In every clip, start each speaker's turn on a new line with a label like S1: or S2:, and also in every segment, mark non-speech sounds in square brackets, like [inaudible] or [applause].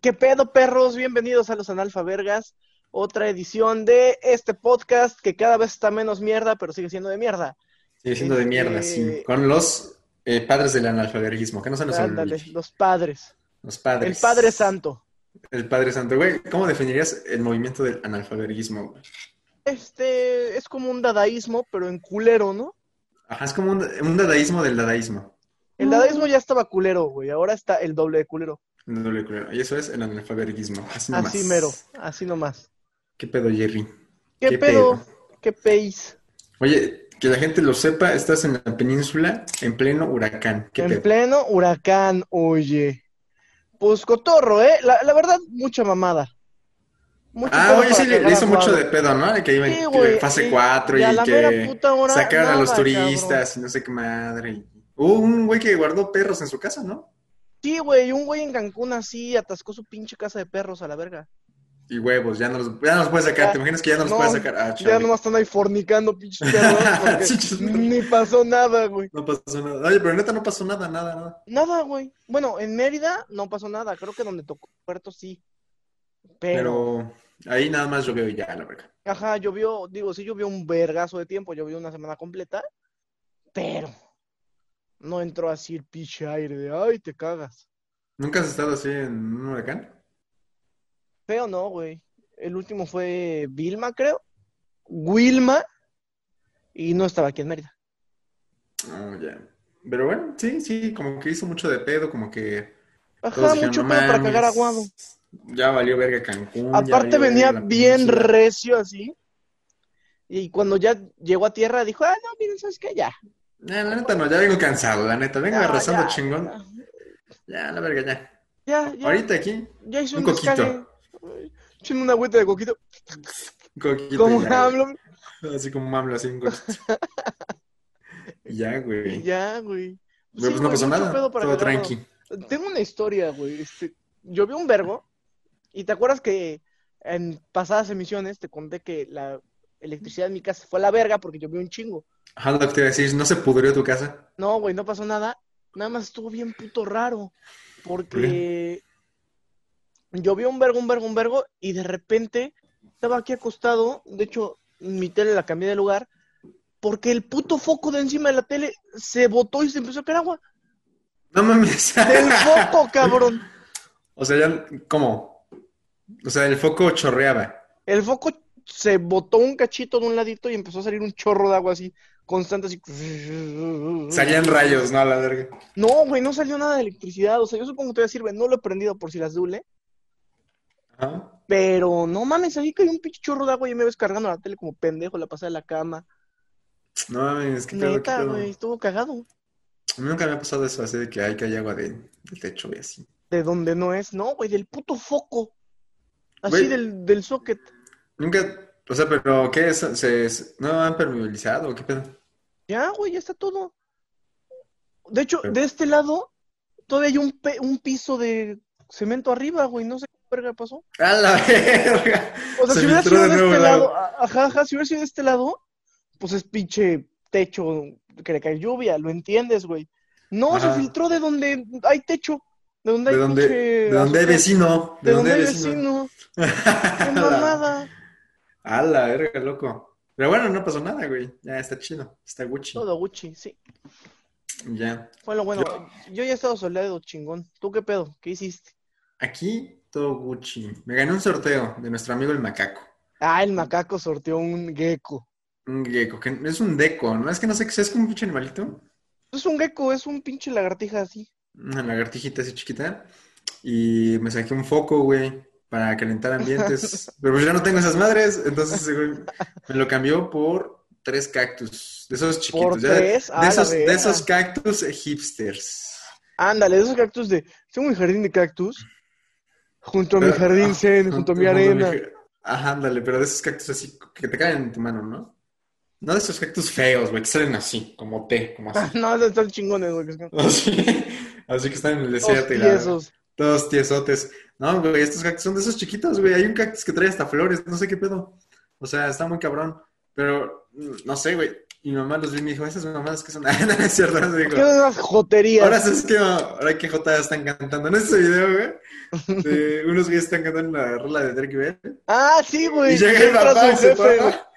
S1: ¿Qué pedo, perros? Bienvenidos a los Analfabergas. Otra edición de este podcast que cada vez está menos mierda, pero sigue siendo de mierda.
S2: Sigue siendo de mierda, sí.
S1: Este,
S2: Con los eh, padres del analfaberguismo, que no se nos
S1: Ándale,
S2: olvide.
S1: los padres.
S2: Los padres.
S1: El Padre Santo.
S2: El Padre Santo. Güey, ¿cómo definirías el movimiento del analfaberguismo? güey?
S1: Este es como un dadaísmo, pero en culero, ¿no?
S2: Ajá, es como un, un dadaísmo del dadaísmo.
S1: El dadaísmo ya estaba culero, güey. Ahora está el doble de culero.
S2: No lo creo. Y eso es el analfaberguismo. Así, nomás.
S1: Así mero, así nomás.
S2: ¿Qué pedo, Jerry?
S1: ¿Qué,
S2: ¿Qué
S1: pedo?
S2: pedo?
S1: ¿Qué peis?
S2: Oye, que la gente lo sepa, estás en la península en pleno huracán. ¿Qué
S1: en
S2: pedo?
S1: pleno huracán, oye. Pues cotorro, ¿eh? La, la verdad, mucha mamada. Mucho
S2: Ah,
S1: pedo
S2: oye,
S1: para
S2: sí, le,
S1: cagar
S2: le
S1: a
S2: hizo mucho
S1: Juan.
S2: de pedo, ¿no? Que iba en
S1: Sí,
S2: que
S1: güey,
S2: fase
S1: y-
S2: 4
S1: y
S2: y,
S1: a la mera
S2: que
S1: puta hora,
S2: sacaron a los
S1: nada,
S2: turistas y no sé qué madre. Y- Hubo un güey que guardó perros en su casa, ¿no?
S1: Sí, güey, un güey en Cancún así atascó su pinche casa de perros a la verga.
S2: Y huevos, ya no los, ya no los puedes sacar.
S1: Ya,
S2: ¿Te imaginas que ya no los
S1: no,
S2: puedes sacar? Ah,
S1: Ya
S2: chale.
S1: nomás están ahí fornicando
S2: [laughs]
S1: pinches perros
S2: Chichos.
S1: porque ni pasó nada, güey.
S2: No pasó nada. Oye, pero neta no pasó nada, nada, nada.
S1: Nada, güey. Bueno, en Mérida no pasó nada. Creo que donde tocó Puerto sí. Pero,
S2: Pero ahí nada más llovió y ya, la verga.
S1: ajá, llovió, digo, sí llovió un vergazo de tiempo, llovió una semana completa, pero no entró así el pinche aire de, ay, te cagas.
S2: ¿Nunca has estado así en un huracán?
S1: Feo no, güey. El último fue Vilma, creo. Wilma. Y no estaba aquí en Mérida.
S2: No, ya. Pero bueno, sí, sí, como que hizo mucho de pedo, como que.
S1: Ajá,
S2: todos dijeron,
S1: mucho
S2: "No
S1: pedo para
S2: mames,
S1: cagar a Guado.
S2: Ya valió verga Cancún. ya
S1: Aparte
S2: valió
S1: venía
S2: verga la
S1: bien
S2: península".
S1: recio así. Y cuando ya llegó a tierra dijo, ah, no, miren, ¿sabes qué? Ya.
S2: Nah, Eh, la neta no, ya vengo cansado, la neta. Vengo
S1: Ya,
S2: arrasando
S1: ya,
S2: chingón. Ya, la verga, ya.
S1: Ya, ya.
S2: Ahorita aquí,
S1: Ya hice
S2: Un
S1: un,
S2: coquito.
S1: descane. Echando una agüita de coquito.
S2: un coquito.
S1: Como
S2: pues, ya, güey.
S1: hablo.
S2: Así como mamlo, así
S1: [laughs]
S2: un coquito. Y ya, güey.
S1: Y ya, güey.
S2: Güey, pues
S1: Sí,
S2: no
S1: güey,
S2: pasó
S1: mucho
S2: nada.
S1: pedo para
S2: Todo
S1: cagar, güey.
S2: tranqui.
S1: Tengo una historia, güey. Este, yo vi un vergo. ¿Y te acuerdas que en pasadas emisiones te conté que la electricidad en mi casa fue a la verga porque yo vi un chingo?
S2: Ajá, lo que te iba a decir, no se pudrió tu casa.
S1: No, güey, no pasó nada. Nada más estuvo bien puto raro. Porque yo vi un vergo, un vergo, un vergo. Y de repente estaba aquí acostado. De hecho, mi tele la cambié de lugar. Porque el puto foco de encima de la tele se botó y se empezó a caer agua.
S2: No mames. [laughs]
S1: ¡Del foco, cabrón!
S2: O sea, ya, ¿cómo? O sea, el foco chorreaba.
S1: El foco se botó un cachito de un ladito y empezó a salir un chorro de agua así, constante, así.
S2: Salían rayos, ¿no? A la verga.
S1: No, güey, no salió nada de electricidad. O sea, yo supongo que todavía sirve. No lo he prendido por si las dule.
S2: Ajá.
S1: Pero no mames, ahí cayó un pinche chorro de agua y yo me ves cargando la tele como pendejo, la pasé de la cama.
S2: No mames, qué pedo, qué
S1: Neta,
S2: pedo.
S1: güey, estuvo cagado.
S2: A mí nunca me ha pasado eso, así de que hay que hay agua de, del techo y así.
S1: De donde no es, no, güey, del puto foco. Así
S2: Güey.
S1: del, del socket.
S2: Nunca, o sea, pero ¿qué es? ¿Se, se- no han permeabilizado? o ¿Qué pedo?
S1: Ya, güey, ya está todo. De hecho,
S2: Pero-
S1: de este lado, todavía hay un, pe- un piso de cemento arriba, güey. No sé qué verga pasó.
S2: ¡A la verga!
S1: O sea,
S2: Se
S1: si hubiera
S2: filtró
S1: sido de,
S2: de nuevo
S1: este
S2: el
S1: lado,
S2: agua.
S1: a- ajá, ajá, si hubiera sido de este lado, pues es pinche techo que le cae lluvia, lo entiendes, güey. No,
S2: Ajá.
S1: se filtró de donde hay techo, de donde hay
S2: ¿De dónde,
S1: pinche
S2: de dónde hay
S1: azotea,
S2: vecino?
S1: de donde hay
S2: [laughs]
S1: vecino. Qué mamada.
S2: A la verga, loco. Pero bueno, no pasó nada, güey. Ya está chido. Está Gucci.
S1: Todo Gucci, sí.
S2: Ya.
S1: Fue lo bueno. Yo, ya he estado soleado, chingón. ¿Tú qué pedo? ¿Qué hiciste?
S2: Aquí todo Gucci. Me gané un sorteo de nuestro amigo el macaco.
S1: Ah, el macaco sorteó un gecko.
S2: Un gecko, que es un deco, ¿no? Es que no sé qué sea, es como un pinche animalito.
S1: Es un gecko, es un pinche lagartija así.
S2: Una lagartijita así chiquita. Y me saqué un foco, güey, para calentar
S1: [laughs]
S2: ambientes. Pero pues ya no tengo esas madres. Entonces, ese güey, me lo cambió por tres cactus. pues, De esos chiquitos.
S1: ¿Por
S2: ya,
S1: tres? A
S2: De
S1: la
S2: esos, de
S1: verga.
S2: esos cactus hipsters.
S1: Ándale, esos cactus de. Tengo mi jardín de cactus. Junto a mi
S2: Pero- ah,
S1: jardín zen,
S2: No,
S1: junto a mi
S2: no, no,
S1: arena.
S2: dije- Ajá, ándale, pero de esos cactus así que te caen en tu mano, ¿no? No de esos cactus feos, güey, que salen así, como té, como así.
S1: [laughs] No, esos están chingones, güey. que son
S2: [laughs] Así, así que están en el
S1: Todos
S2: desierto y la-
S1: tiesos.
S2: todos tiesotes. No, güey, estos cactus son de esos chiquitos, güey. Hay un cactus que trae hasta flores, no sé qué pedo. O sea, está muy cabrón. Pero, mm, no sé, güey. Y mi mamá los vio y me dijo, esas mamadas que son... [laughs] no, no es cierto, no
S1: ¿Qué son esas joterías?
S2: Ahora sabes que, ahora que J están cantando en ese video, [laughs] güey. de unos güeyes están cantando la rola de Drake Bell.
S1: Ah, sí, güey.
S2: Y llega el
S1: entra
S2: papá y
S1: su
S2: se
S1: jefe, güey.
S2: para.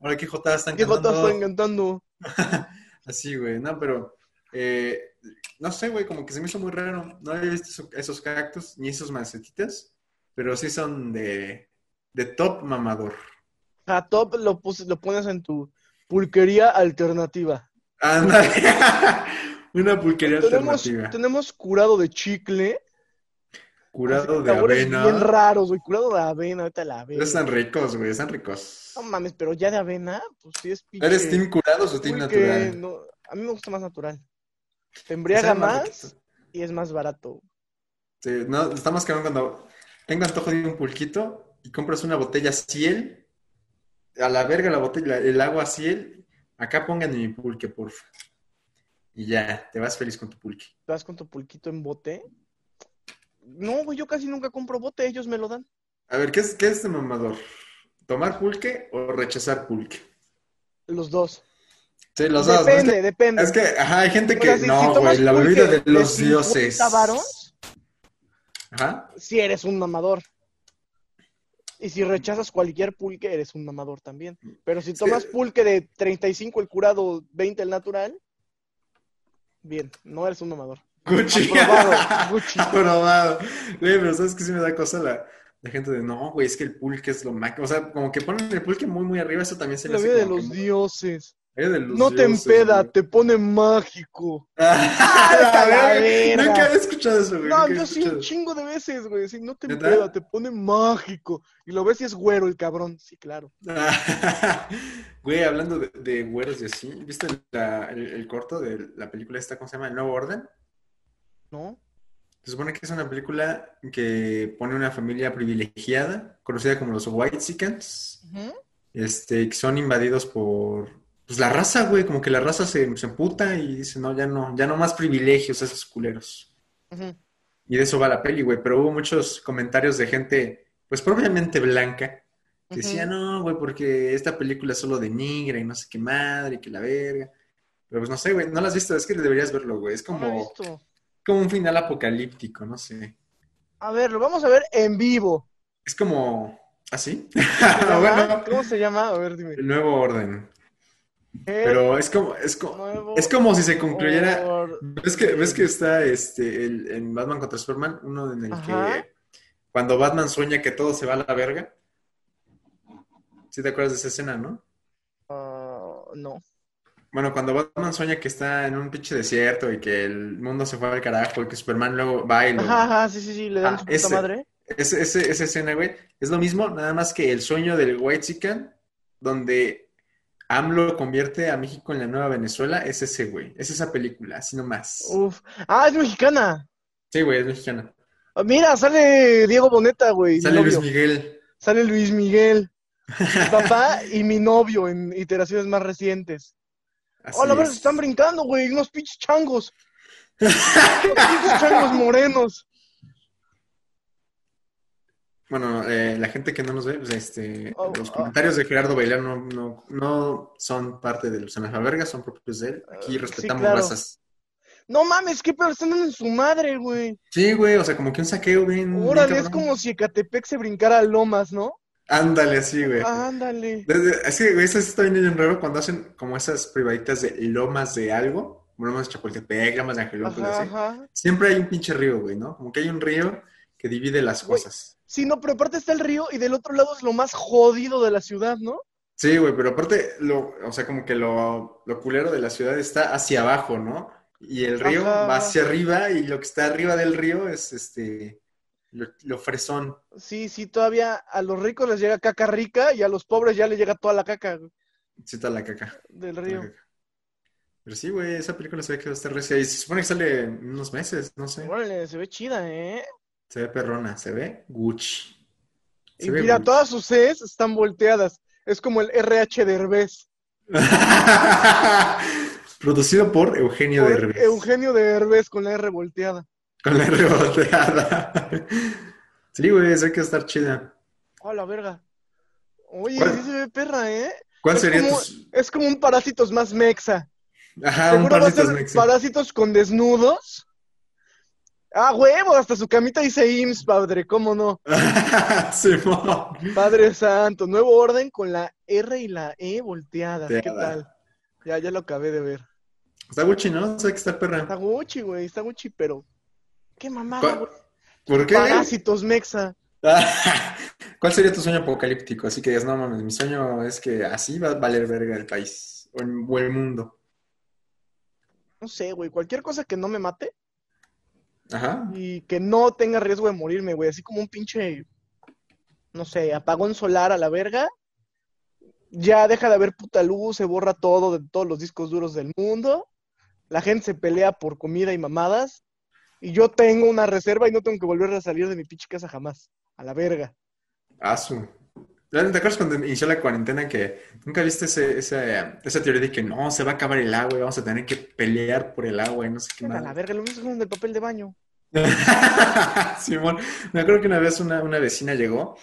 S2: Ahora que J están
S1: ¿Qué jotas están
S2: cantando.
S1: cantando?
S2: [laughs] Así, güey. No, pero. eh, no sé, güey, como que se me hizo muy raro. No había visto eso- esos cactus ni esos macetitas. Pero sí son de. De top mamador.
S1: A top lo, pus- lo pones en tu pulquería alternativa.
S2: Ándale. [laughs] Una pulquería
S1: Tenemos,
S2: alternativa.
S1: tenemos curado de chicle.
S2: Curado
S1: así,
S2: de
S1: sabores Bien
S2: avena.
S1: raros, güey. Curado de avena, ahorita la avena.
S2: Están ricos, güey, están ricos.
S1: No mames, pero ya de avena, pues sí es pinche.
S2: ¿Eres team curados o team
S1: Porque
S2: natural?
S1: no- a mí me gusta más natural. Te
S2: Te
S1: embriaga
S2: sabe
S1: más
S2: riquito.
S1: y es más barato.
S2: Sí, no, está más cabrón cuando tengo antojo de un pulquito y compras una botella Ciel. A la verga la botella, el agua Ciel. Acá pongan mi pulque, porfa. Y ya, te vas feliz con tu pulque.
S1: Te vas con tu pulquito en bote. No, güey, yo casi nunca compro bote, ellos me lo dan.
S2: A ver, ¿qué es, qué es de mamador? ¿Tomar pulque o rechazar pulque?
S1: Los dos.
S2: Sí, los dos. ¿no? Es
S1: depende,
S2: que-
S1: depende.
S2: Es que, ajá, hay gente
S1: O
S2: que.
S1: sea, si- si
S2: no,
S1: tomas
S2: güey, la
S1: pulque
S2: bebida de los
S1: 50
S2: dioses.
S1: varos,
S2: Ajá.
S1: si eres un mamador. Y si rechazas cualquier pulque, eres un mamador también. Pero si tomas pulque de 35 el curado, 20 el natural, bien, no eres un mamador.
S2: Gucci. [laughs]
S1: Aprobado, Gucci.
S2: Aprobado. Güey, pero sabes que sí me da cosa la, la gente de no, güey, es que el pulque es lo máximo. O sea, como que ponen el pulque muy, muy arriba, eso también se le
S1: La
S2: hace.
S1: vida de
S2: como que
S1: los
S2: muy-
S1: dioses.
S2: eh, de los
S1: no te
S2: dioses,
S1: empeda,
S2: [laughs] güey.
S1: te pone mágico.
S2: Ah, la
S1: ¡Ah, la
S2: verga!
S1: verga!
S2: Nunca había escuchado eso, güey.
S1: No,
S2: nunca había
S1: yo sí un
S2: escuchado.
S1: chingo de veces, güey. Sí, no te
S2: ¿Neta?
S1: empeda, te pone mágico. Y lo ves y es güero el cabrón. Sí, claro.
S2: Ah, [laughs] Güey, hablando de, de güeros y así, ¿viste la- el, el corto de la película esta, ¿cómo se llama? El Nuevo Orden.
S1: ¿No?
S2: Se supone que es una película que pone una familia privilegiada, conocida como los White Whitexicans. este, que son invadidos por pues, la raza, güey, como que la raza se, se emputa y dice, no, ya no, ya no más privilegios a esos culeros.
S1: Ujú.
S2: Y de eso va la peli, güey, pero hubo muchos comentarios de gente, pues propiamente blanca, que decía,
S1: Ujú.
S2: no, güey, porque esta película es solo de negra y no sé qué madre, que la verga. Pero pues no sé, güey, no la has visto, es que deberías verlo, güey, es
S1: No lo he
S2: como,
S1: visto.
S2: como un final apocalíptico, no sé.
S1: A ver, lo vamos a ver en vivo.
S2: Es como, ¿así? [laughs]
S1: ¿Se llama?
S2: bueno,
S1: ¿Cómo se llama? A ver, dime.
S2: el nuevo orden.
S1: El
S2: Pero es como, es como,
S1: nuevo
S2: Es como si se concluyera.
S1: or-
S2: ¿Ves que, ves que está este, el, en Batman contra Superman? Uno en el
S1: Ajá.
S2: que cuando Batman sueña que todo se va a la verga. ¿Sí te acuerdas de esa escena, no?
S1: Ah, no.
S2: Bueno, cuando Batman sueña que está en un pinche desierto y que el mundo se fue al carajo y que Superman luego va y lo.
S1: Ajá, ajá, sí, sí, sí, le dan
S2: Ah,
S1: su puta
S2: ese.
S1: madre.
S2: Ese- ese- esa escena, güey, es lo mismo, nada más que el sueño del White Chicken, donde AMLO convierte a México en la nueva Venezuela, es ese, güey. Es esa película, así nomás.
S1: Uf. Ah, es mexicana.
S2: Sí, güey, es mexicana.
S1: Ah, Mira, sale Diego Boneta, güey. mi
S2: Sale Luis
S1: novio.
S2: Miguel.
S1: Sale Luis
S2: [laughs]
S1: Miguel, mi papá y mi novio en iteraciones más recientes.
S2: Así
S1: Hola, a ver,
S2: es.
S1: se están brincando, güey, unos pinches changos. unos pinches changos morenos.
S2: Bueno, eh, la gente que no nos ve, pues, este,
S1: Oh,
S2: los
S1: oh.
S2: comentarios de Gerardo Bailar no, no, no son parte de los Verga, son propios de él. Aquí
S1: Ah,
S2: respetamos
S1: sí, claro.
S2: razas.
S1: No mames, qué pedo, están dando en su madre, güey.
S2: Sí, güey, o sea, como que un saqueo bien. Mm, bien
S1: Órale, es
S2: cabrón.
S1: como si Ecatepec se brincara a Lomas, ¿no?
S2: Ándale, así, güey.
S1: Ándale.
S2: Desde- Es que, güey, eso está bien bien raro cuando hacen como esas privaditas de lomas de algo, como lomas de Chapultepec, lomas de Angelópolis,
S1: Ajá,
S2: pues, así.
S1: ajá.
S2: Siempre hay un pinche río, güey, ¿no? Como que hay un río que divide las
S1: Güey,
S2: cosas.
S1: Sí, no, pero aparte está el río y del otro lado es lo más jodido de la ciudad, ¿no?
S2: Sí, güey, pero aparte, lo, o sea, como que lo, lo culero de la ciudad está hacia abajo, ¿no? Y el río
S1: Ajá.
S2: va hacia arriba y lo que está arriba del río es este, lo, lo fresón.
S1: Sí, sí, todavía a los ricos les llega caca rica y a los pobres ya les llega toda la caca güey,
S2: Cita la caca.
S1: del
S2: la
S1: río.
S2: caca. Pero sí, güey, esa película se ve que va a estar recia y se supone que sale en unos meses, no sé.
S1: Órale, se ve chida, ¿eh?
S2: Se ve perrona, se ve Gucci. Se
S1: Y
S2: ve
S1: mira,
S2: Gucci.
S1: todas sus Cs están volteadas. Es como el RH de Herbés.
S2: [laughs] Producido por Eugenio
S1: Por
S2: Derbez.
S1: Eugenio de Herbés con la R volteada.
S2: Con la reboteada. Sí, güey, se ve que va a estar chida.
S1: ¡A la verga! Oye,
S2: ¿Cuál?
S1: sí se ve perra, ¿eh?
S2: ¿Cuál
S1: Es
S2: sería
S1: como-
S2: tus...?
S1: Es como un parásitos más mexa.
S2: Ajá, un
S1: Seguro va a
S2: parásitos
S1: ser
S2: mexa.
S1: parásitos con desnudos. Ah, huevo, hasta su camita dice IMSS, padre, cómo no.
S2: [laughs] Simón.
S1: Padre
S2: [laughs]
S1: Santo, nuevo orden con la R y la E volteadas. ¿Qué
S2: Volteada.
S1: tal? Ya, ya lo acabé de ver.
S2: Está Gucci, ¿no? Sé que está
S1: Está
S2: perra.
S1: Gucci, güey, está Gucci, pero. Qué mamada,
S2: ¿Cuál-
S1: güey.
S2: ¿Por qué?
S1: Parásitos, Mexa.
S2: Ah, [laughs] ¿Cuál sería tu sueño apocalíptico? Así que digas, no mames, mi sueño es que así va a valer verga el país o el, o el mundo.
S1: No sé, güey, cualquier cosa que no me mate
S2: Ajá.
S1: y que no tenga riesgo de morirme, güey. Así como un pinche. No sé, apagón solar a la verga. Ya deja de haber puta luz, se borra todo de todos los discos duros del mundo. La gente se pelea por comida y mamadas. Y yo tengo una reserva y no tengo que volver a salir de mi pinche casa jamás. A la verga.
S2: Asu. ¿Te acuerdas cuando inició la cuarentena que nunca viste ese, ese- esa teoría de que no, se va a acabar el agua y vamos a tener que pelear por el agua y no sé qué
S1: A la
S2: más?
S1: verga, lo mismo con el papel de baño.
S2: [laughs] Simón, me acuerdo que una vez una, una vecina llegó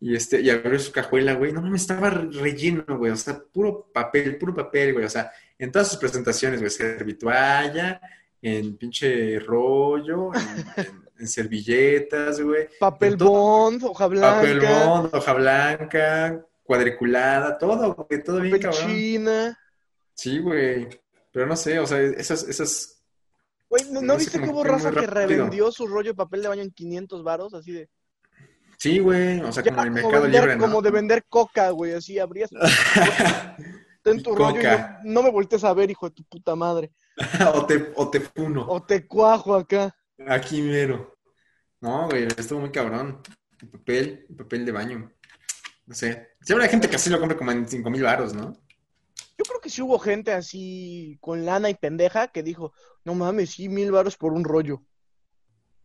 S2: y, este, y abrió su cajuela, güey. No mames, estaba relleno, güey. O sea, puro papel, puro papel, güey. O sea, en todas sus presentaciones, güey. Servitualla, en pinche rollo,
S1: [laughs]
S2: en, en- en servilletas, güey.
S1: Papel
S2: Entonces,
S1: bond, hoja blanca,
S2: Papel
S1: papel,
S2: bond, hoja blanca, cuadriculada, todo, güey. Todo bien cabrón.
S1: china.
S2: Sí, güey. Pero no sé, o sea, esas, esas
S1: Güey, ¿no, no
S2: No sé,
S1: viste que
S2: como
S1: hubo
S2: que muy
S1: raza que
S2: rápido.
S1: revendió su rollo de papel de baño en 500 varos? Así de...
S2: Sí, güey, o sea,
S1: Ya,
S2: como en el
S1: como,
S2: mercado
S1: vender-
S2: libre, ¿no?
S1: como de vender coca, güey. Así abrías
S2: [laughs]
S1: ten tu rollo y
S2: Coca.
S1: no, no me voltees a ver, hijo de tu puta madre.
S2: o, te, o te funo.
S1: O te cuajo acá.
S2: Aquí mero. No, güey, estuvo muy cabrón. El papel, el papel de baño. No sé. Siempre hay gente que así lo compra como en 5 mil baros, ¿no?
S1: Yo creo que sí hubo gente así con lana y pendeja que dijo, no mames, sí, mil varos por un rollo.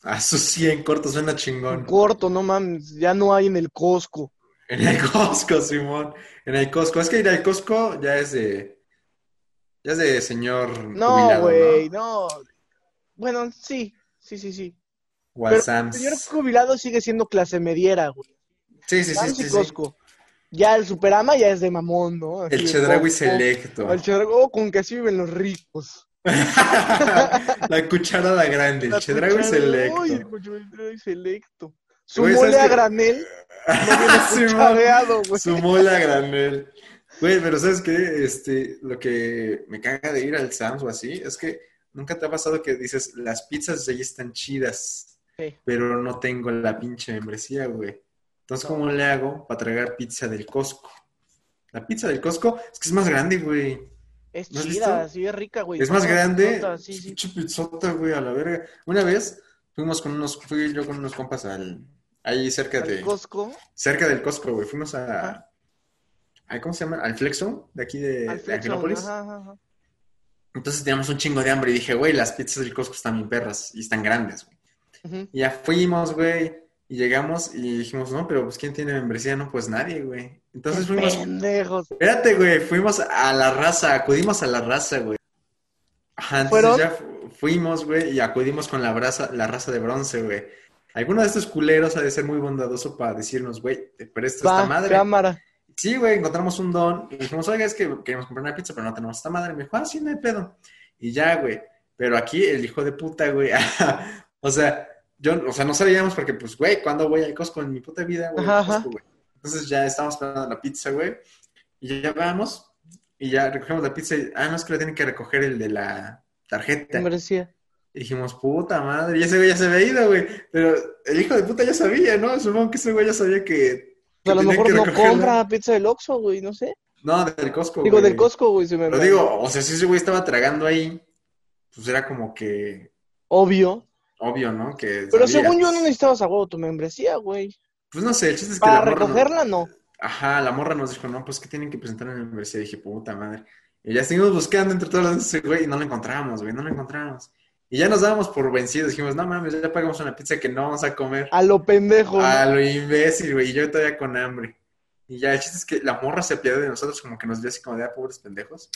S2: A sus 100 cortos suena
S1: Un
S2: chingón.
S1: corto, no mames, ya no hay en el Costco.
S2: En el Costco, Simón. En el Costco. Es que ir al Costco ya es de. Ya es de señor.
S1: No,
S2: jubilado,
S1: güey,
S2: ¿no?
S1: no. Bueno, sí, sí, sí, sí.
S2: O al
S1: Pero el
S2: Sam's.
S1: señor jubilado sigue siendo clase mediera, güey.
S2: Sí, sí, sí,
S1: Sam's y
S2: sí, sí.
S1: Costco. Ya el Superama ya es de mamón, ¿no? Así
S2: El
S1: de
S2: Chedraui
S1: Costco.
S2: Selecto.
S1: El Chedraui con que así viven los ricos.
S2: [laughs] la cucharada grande, el
S1: La
S2: Chedraui
S1: cuchara-
S2: Selecto.
S1: Uy, el Chedraui Selecto. Su
S2: Güey, ¿sabes
S1: mole a
S2: qué? Ah,
S1: granel
S2: [laughs] Sí,
S1: no
S2: man.
S1: chaveado, güey.
S2: Su mole a granel. Güey, pero ¿sabes qué? Este, lo que me caga de ir al Sam's o así es que nunca te ha pasado que dices, las pizzas de ahí están chidas,
S1: Sí.
S2: pero no tengo la pinche membresía, güey. Entonces,
S1: No.
S2: ¿cómo le hago para tragar pizza del Costco? La pizza del Costco es que es más grande, güey.
S1: Es
S2: ¿No has
S1: chida,
S2: visto?
S1: sí, es rica, güey.
S2: Es más
S1: Papas,
S2: grande.
S1: tortas, Sí, sí.
S2: Pinche pizzota, güey, a la verga. Una vez fuimos con unos, fui yo con unos compas al, ahí cerca
S1: Al
S2: de,
S1: Costco,
S2: cerca del Costco, güey. Fuimos
S1: Ajá.
S2: a, a- ¿cómo se llama? Al Flexo, de aquí de,
S1: al
S2: de
S1: Flex,
S2: Eh, Angelópolis.
S1: ajá, ajá, ajá.
S2: Entonces teníamos un chingo de hambre y dije, güey, las pizzas del Costco están bien perras y están grandes, güey.
S1: Ujú.
S2: Y ya fuimos, güey, y llegamos y dijimos, no, pero pues ¿quién tiene membresía? No, pues nadie, güey. Entonces
S1: Qué
S2: fuimos, Pues
S1: Pendejos.
S2: espérate, güey, fuimos a la raza, acudimos a la raza, güey. Ajá, entonces
S1: ¿Fueron?
S2: ya fu- fuimos, güey, y acudimos con la, raza, la raza de bronce, güey. Alguno de estos culeros ha de ser muy bondadoso para decirnos, güey, te presto esta
S1: Va,
S2: madre.
S1: cámara.
S2: Sí, güey, encontramos un don. Y dijimos, oiga, es que queremos comprar una pizza, pero no tenemos esta madre. Me dijo, ah, sí, no hay pedo. Y ya, güey. Pero aquí el hijo de puta, güey. [laughs] o sea, yo, o sea, no sabíamos porque, pues, güey, ¿cuándo voy al Costco en mi puta vida, güey?
S1: Ajá,
S2: al
S1: ajá.
S2: Costco, güey? Entonces ya estábamos esperando la pizza, güey. Y ya vamos. Y ya recogemos la pizza. Y, ah, no, es que la tienen que recoger el de la tarjeta.
S1: Membresía.
S2: Y dijimos, puta madre, y ese güey ya se había ido, güey. Pero el hijo de puta ya sabía, ¿no? Supongo que ese güey ya sabía que.
S1: A lo
S2: que tenía
S1: mejor
S2: que
S1: no
S2: recogerla.
S1: compra pizza del Oxxo, güey, no sé.
S2: No, del Costco.
S1: Digo, del
S2: güey.
S1: Costco, güey, se me
S2: Pero digo, o sea, si ese güey estaba tragando ahí, pues era como que
S1: Obvio.
S2: obvio, ¿no? Que
S1: Pero
S2: sabía.
S1: según yo no necesitabas a huevo tu membresía, güey.
S2: Pues no sé, el chiste Pues, es que
S1: Para
S2: la morra nos-
S1: recogerla, no.
S2: Ajá, la morra nos dijo, no, pues que tienen que presentar en la universidad. Y dije, puta madre. Y ya seguimos buscando entre todos los ese güey y no lo encontrábamos, güey, no lo encontrábamos. Y ya nos dábamos por vencidos. Dijimos, no mames, ya pagamos una pizza que no vamos a comer.
S1: A lo pendejo.
S2: A lo imbécil, güey, y yo todavía con hambre. Y ya, el chiste es que la morra se apiadó de nosotros, como que nos vio así como de ah, pobres pendejos.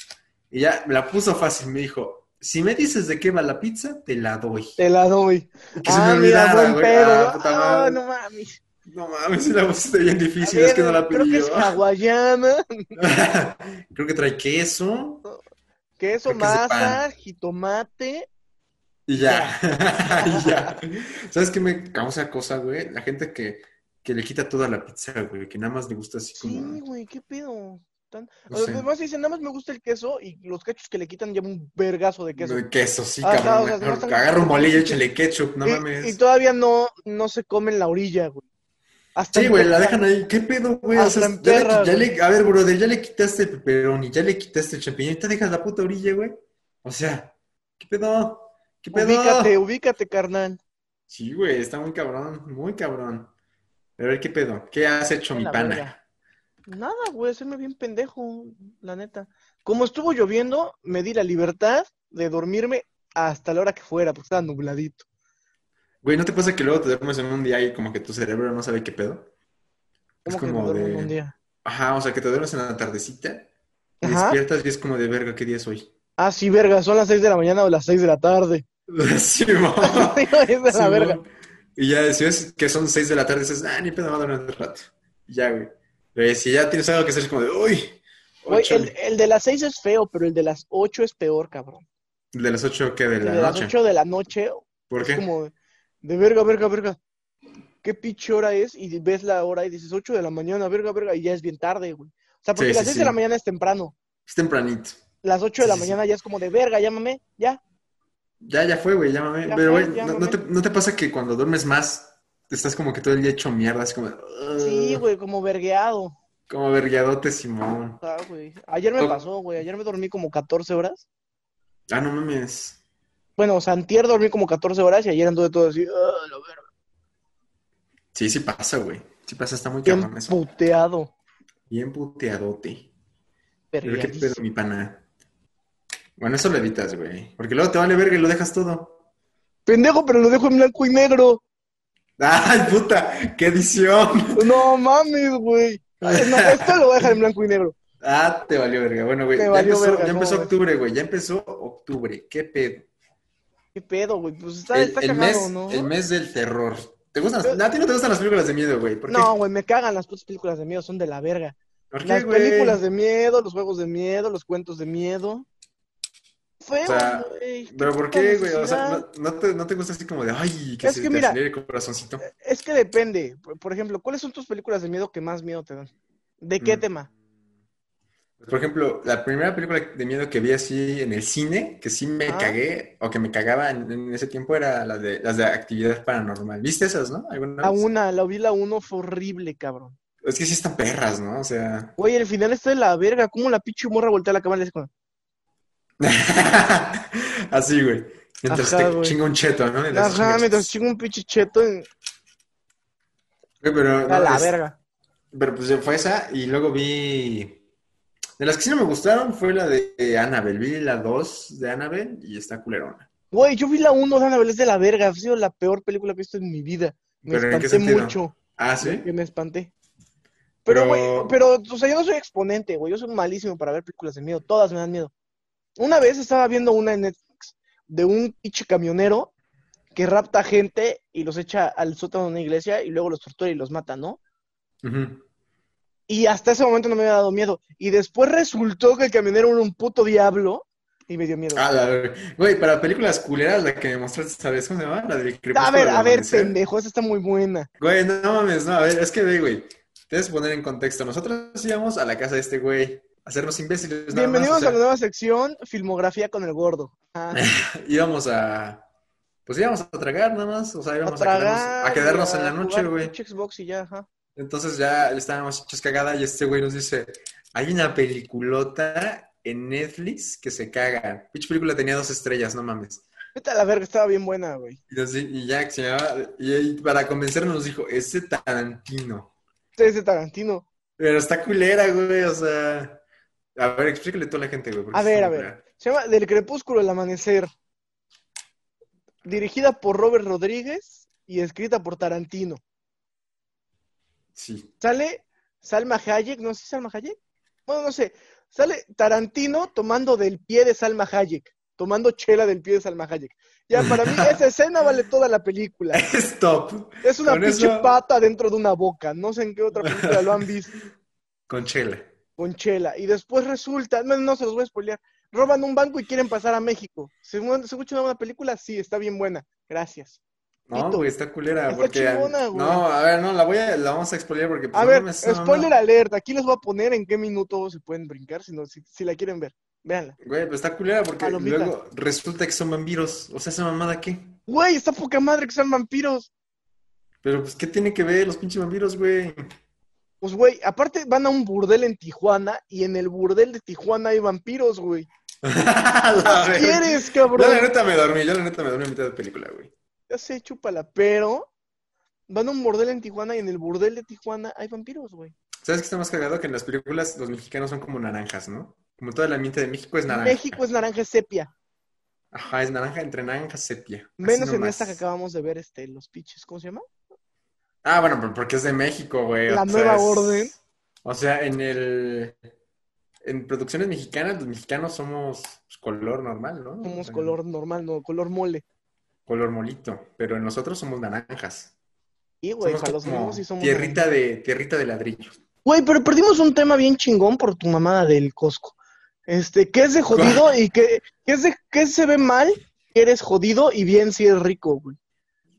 S2: Y ya me la puso fácil, me dijo: Si me dices de qué va la pizza, te la doy.
S1: Te la doy.
S2: Que se
S1: Ah, mira,
S2: me olvidara,
S1: buen
S2: güey.
S1: pedo.
S2: Ah,
S1: ¿no?
S2: puta
S1: Ah,
S2: madre.
S1: no mames.
S2: No mames, la voz está bien difícil, es que no la pedí
S1: Creo que
S2: yo.
S1: es hawaiana, [laughs]
S2: [laughs] Creo que trae queso
S1: queso,
S2: Creo que es de
S1: masa, jitomate.
S2: y ya. [laughs] Y ya. ¿Sabes qué me causa cosa, güey? La gente que, que le quita toda la pizza, güey, que nada más le gusta así
S1: Sí,
S2: como.
S1: güey, qué pedo. Tan-
S2: No
S1: Además
S2: sé.
S1: dicen, nada más me gusta el queso y los cachos que le quitan llevan un vergazo de queso.
S2: De queso, sí,
S1: Ajá,
S2: cabrón.
S1: o sea, no
S2: mejor
S1: están-
S2: Agarra un bolillo, échale ketchup, no
S1: y,
S2: mames.
S1: y todavía no, no se comen la orilla, güey. Hasta
S2: Sí,
S1: en
S2: güey, la
S1: Texas-
S2: dejan ahí. ¿Qué pedo, güey? O
S1: Hasta
S2: sea,
S1: en
S2: ya le-
S1: perra,
S2: ya le- a ver, brother, ya le quitaste el peperón y ya le quitaste el champiñón y te dejas la puta orilla, güey. O sea, ¿qué pedo? ¿Qué pedo?
S1: Ubícate, ubícate, carnal.
S2: Sí, güey, está muy cabrón, muy cabrón. Pero a ver, ¿qué pedo? ¿Qué has hecho, mi
S1: La
S2: pana?
S1: verga. Nada, güey, hacerme bien pendejo, la neta. Como estuvo lloviendo, me di la libertad de dormirme hasta la hora que fuera, porque estaba nubladito.
S2: Güey, ¿no te pasa que luego te duermes en un día y como que tu cerebro no sabe qué pedo? Es
S1: ¿Cómo que
S2: como
S1: me duermo en
S2: de-
S1: un día?
S2: Ajá, o sea, que te duermes en la tardecita, te
S1: Ajá.
S2: despiertas y es como de verga, ¿qué día es hoy? [laughs]
S1: Ah, sí, verga, son las 6 de la mañana o las 6 de la tarde. [laughs]
S2: Sí, mo.
S1: es de la
S2: Simón.
S1: verga.
S2: Y ya si ves que son 6 de la tarde, dices, ah, ni pedo, me voy a dormir un rato. Y ya, güey. Pero si ya tienes algo que hacer, es como de, uy,
S1: Güey,
S2: ocho".
S1: el, el de las 6 es feo, pero el de las 8 es peor, cabrón.
S2: de las 8 que de
S1: El
S2: la
S1: de las
S2: noche.
S1: 8 de la noche
S2: ¿Por qué?
S1: es como de, de verga, verga, verga. ¿Qué pinche hora es? Y ves la hora y dices 8 de la mañana, verga, verga, y ya es bien tarde, güey. O sea, porque
S2: Sí, sí,
S1: las 6 de la
S2: sí.
S1: mañana es temprano.
S2: Es tempranito.
S1: Las 8 de
S2: Sí,
S1: la
S2: sí, sí.
S1: mañana ya es como de verga, llámame, ya.
S2: Ya, ya fue, güey, llámame.
S1: Ya
S2: Pero,
S1: fue,
S2: güey, no, no
S1: llámame.
S2: te, ¿no te pasa que cuando duermes más, estás como que todo el día hecho mierda, así como, "Ugh",
S1: Sí, güey, como vergueado.
S2: como vergueadote, Simón.
S1: Ah, güey. Ayer me
S2: Toc.
S1: pasó, güey. Ayer me dormí como 14 horas.
S2: Ah, no mames.
S1: Bueno, o sea, antier dormí como 14 horas y ayer anduve todo así, ah, la verga.
S2: Sí, sí pasa, güey. Sí pasa, está muy
S1: Bien
S2: cabrón eso.
S1: puteado.
S2: Bien puteadote. Pero qué
S1: vergueadísimo.
S2: pedo, mi pana. Bueno, eso lo evitas, güey. Porque luego te vale verga y lo dejas todo.
S1: Pendejo, pero lo dejo en blanco y negro.
S2: ¡Ay, puta! ¡Qué edición!
S1: No mames, güey.
S2: [laughs]
S1: No, esto lo voy a dejar en blanco y negro.
S2: Ah, te valió verga. Bueno, güey,
S1: Te
S2: ya
S1: valió
S2: empezó,
S1: verga,
S2: ya
S1: ¿cómo
S2: empezó
S1: ves?
S2: octubre, güey. Ya empezó octubre. ¿Qué pedo?
S1: ¿Qué pedo, güey? Pues está,
S2: el,
S1: está
S2: el
S1: cagado,
S2: mes,
S1: ¿no?
S2: el mes del terror. ¿Te gustan? las- No, a ti no te gustan las películas de miedo, güey. ¿Por qué?
S1: No, güey, me cagan las putas películas de miedo, son de la verga.
S2: ¿Por qué,
S1: Las
S2: güey?
S1: películas de miedo, los juegos de miedo, los cuentos de miedo. Feo,
S2: O sea,
S1: güey.
S2: ¿Pero por
S1: puta
S2: qué, güey? O sea,
S1: necesidad.
S2: no, no te, no te gusta así como de, ay, que
S1: Es
S2: se
S1: que
S2: te
S1: mira-
S2: acelere el corazoncito.
S1: Es que depende. Por- Por ejemplo, ¿cuáles son tus películas de miedo que más miedo te dan? ¿De qué
S2: Mm.
S1: tema?
S2: Por ejemplo, la primera película de miedo que vi así en el cine, que sí me
S1: Ah.
S2: cagué o que me cagaba en, en ese tiempo, era la de, las de actividad paranormal. ¿Viste esas, no? ¿Alguna
S1: La
S2: vez?
S1: una, la vi la uno, fue horrible, cabrón.
S2: Es que sí están perras, ¿no? O sea. [laughs]
S1: Güey, el final está de la verga. ¿Cómo la pinche morra voltea la cámara y le hace como-
S2: así, güey. Mientras
S1: Ajá,
S2: te
S1: güey.
S2: chinga un cheto, ¿no? Mientras te
S1: Ajá,
S2: chingas.
S1: mientras chingo un pinche cheto en...
S2: Güey, pero, no,
S1: a la
S2: es-
S1: verga.
S2: pero pues fue esa y luego vi. De las que sí no me gustaron fue la de Annabelle. Vi la 2 de Annabelle y está culerona.
S1: Güey, yo vi la 1 de Anabel, es de la verga. Ha sido la peor película que he visto en mi vida. Me
S2: ¿Pero en qué
S1: espanté
S2: sentido?
S1: mucho.
S2: Ah, sí.
S1: Que me espanté.
S2: Pero-
S1: Pero, güey, pero, o sea, yo no soy exponente, güey. Yo soy malísimo para ver películas de miedo. Todas me dan miedo. Una vez estaba viendo una en Netflix de un pinche camionero que rapta gente y los echa al sótano de una iglesia y luego los tortura y los mata, ¿no?
S2: Ujú.
S1: Y hasta ese momento no me había dado miedo. Y después resultó que el camionero era un puto diablo y me dio miedo.
S2: Ah, la verga. Güey, para películas culeras, la que me mostraste, ¿sabes cómo se llama? La del crepúsculo.
S1: a ver,
S2: del
S1: a ver,
S2: amanecer.
S1: pendejo, esa está muy buena.
S2: Güey, no, no mames, no, a ver, es que ve, güey. Te debes poner en contexto. Nosotros íbamos a la casa de este güey a hacernos imbéciles. nada más,
S1: Bienvenidos
S2: o sea,
S1: a la nueva sección Filmografía con el Gordo.
S2: [laughs]
S1: Ah,
S2: Íbamos a. Pues íbamos a tragar nada más, o sea,
S1: a
S2: íbamos a,
S1: tragar,
S2: quedarnos, a quedarnos
S1: y
S2: en
S1: a
S2: la noche,
S1: jugar
S2: güey.
S1: pinche Xbox y ya, ajá.
S2: Entonces ya estábamos hechos cagada y este güey nos dice: Hay una peliculota en Netflix que se caga. Pinche película tenía dos estrellas, no mames.
S1: Vete a la verga, estaba bien buena, güey.
S2: Y, así, y ya que se llamaba, y él, para convencernos nos dijo, ese Tarantino.
S1: Este es de Tarantino.
S2: Pero está culera, güey, o sea. A ver, explícale tú a la gente, güey. porque
S1: A
S2: está
S1: ver, a
S2: muy
S1: ver.
S2: culera.
S1: Se llama Del Crepúsculo al Amanecer. Dirigida por Robert Rodríguez y escrita por Tarantino.
S2: Sí. [laughs]
S1: Sale Salma Hayek, no sé, Salma Hayek. Bueno, no sé. Sale Tarantino tomando del pie de Salma Hayek, tomando chela del pie de Salma Hayek. Ya, para mí
S2: [laughs]
S1: esa escena vale toda la película.
S2: Stop.
S1: Es una
S2: Con
S1: pinche
S2: eso-
S1: pata dentro de una boca. No sé en qué otra película lo han visto
S2: Con chela.
S1: con Chela. Y después resulta, no, no se los voy a spoilear, roban un banco y quieren pasar a México. Según, según una buena película, sí, está bien buena. Gracias.
S2: No,
S1: Pito.
S2: güey, está culera.
S1: Está
S2: porque...
S1: chingona, güey.
S2: No, a ver, no, la voy a, la vamos a expoliar porque... pues,
S1: A
S2: no
S1: ver,
S2: mames, no, no.
S1: spoiler alert. Aquí les voy a poner en qué minuto se pueden brincar, si, no, si, si la quieren ver. Véanla.
S2: Güey, pero está culera porque
S1: Palomita.
S2: luego resulta que son vampiros. O sea, esa mamada, ¿qué?
S1: Güey, está poca madre que sean vampiros.
S2: Pero, pues, ¿qué tiene que ver los pinches vampiros, güey? [laughs]
S1: Pues, güey, aparte van a un burdel en Tijuana y en el burdel de Tijuana hay vampiros,
S2: [laughs]
S1: güey.
S2: La
S1: ¿Qué
S2: ver-
S1: quieres,
S2: Yo
S1: cabrón?
S2: la neta me dormí, yo la neta me dormí a mitad de película, güey.
S1: Ya sé, chúpala, pero van a un burdel en Tijuana y en el burdel de Tijuana hay vampiros, güey.
S2: ¿Sabes qué está más cagado? Que en las películas los mexicanos son como naranjas, ¿no? Como toda la ambiente de México es naranja.
S1: México es naranja sepia.
S2: Ajá, es naranja entre naranja sepia. Así
S1: Menos en
S2: nomás.
S1: esta que acabamos de ver, este, los pitches, ¿cómo se llama?
S2: Ah, bueno, pero porque es de México, güey.
S1: La
S2: o sea,
S1: Nueva
S2: es-
S1: Orden.
S2: O sea, en el... En producciones mexicanas, los mexicanos somos pues, color normal, ¿no?
S1: Somos
S2: Mm, Bueno,
S1: color normal, no, color mole.
S2: Color molito. Pero nosotros somos naranjas.
S1: Y, güey,
S2: somos
S1: para los
S2: como
S1: mismos y somos.
S2: tierrita de, tierrita de ladrillo.
S1: Güey, pero perdimos un tema bien chingón por tu mamada del Costco. Este, que es de jodido y que, que es de, que se ve mal, que eres jodido y bien si eres rico, güey.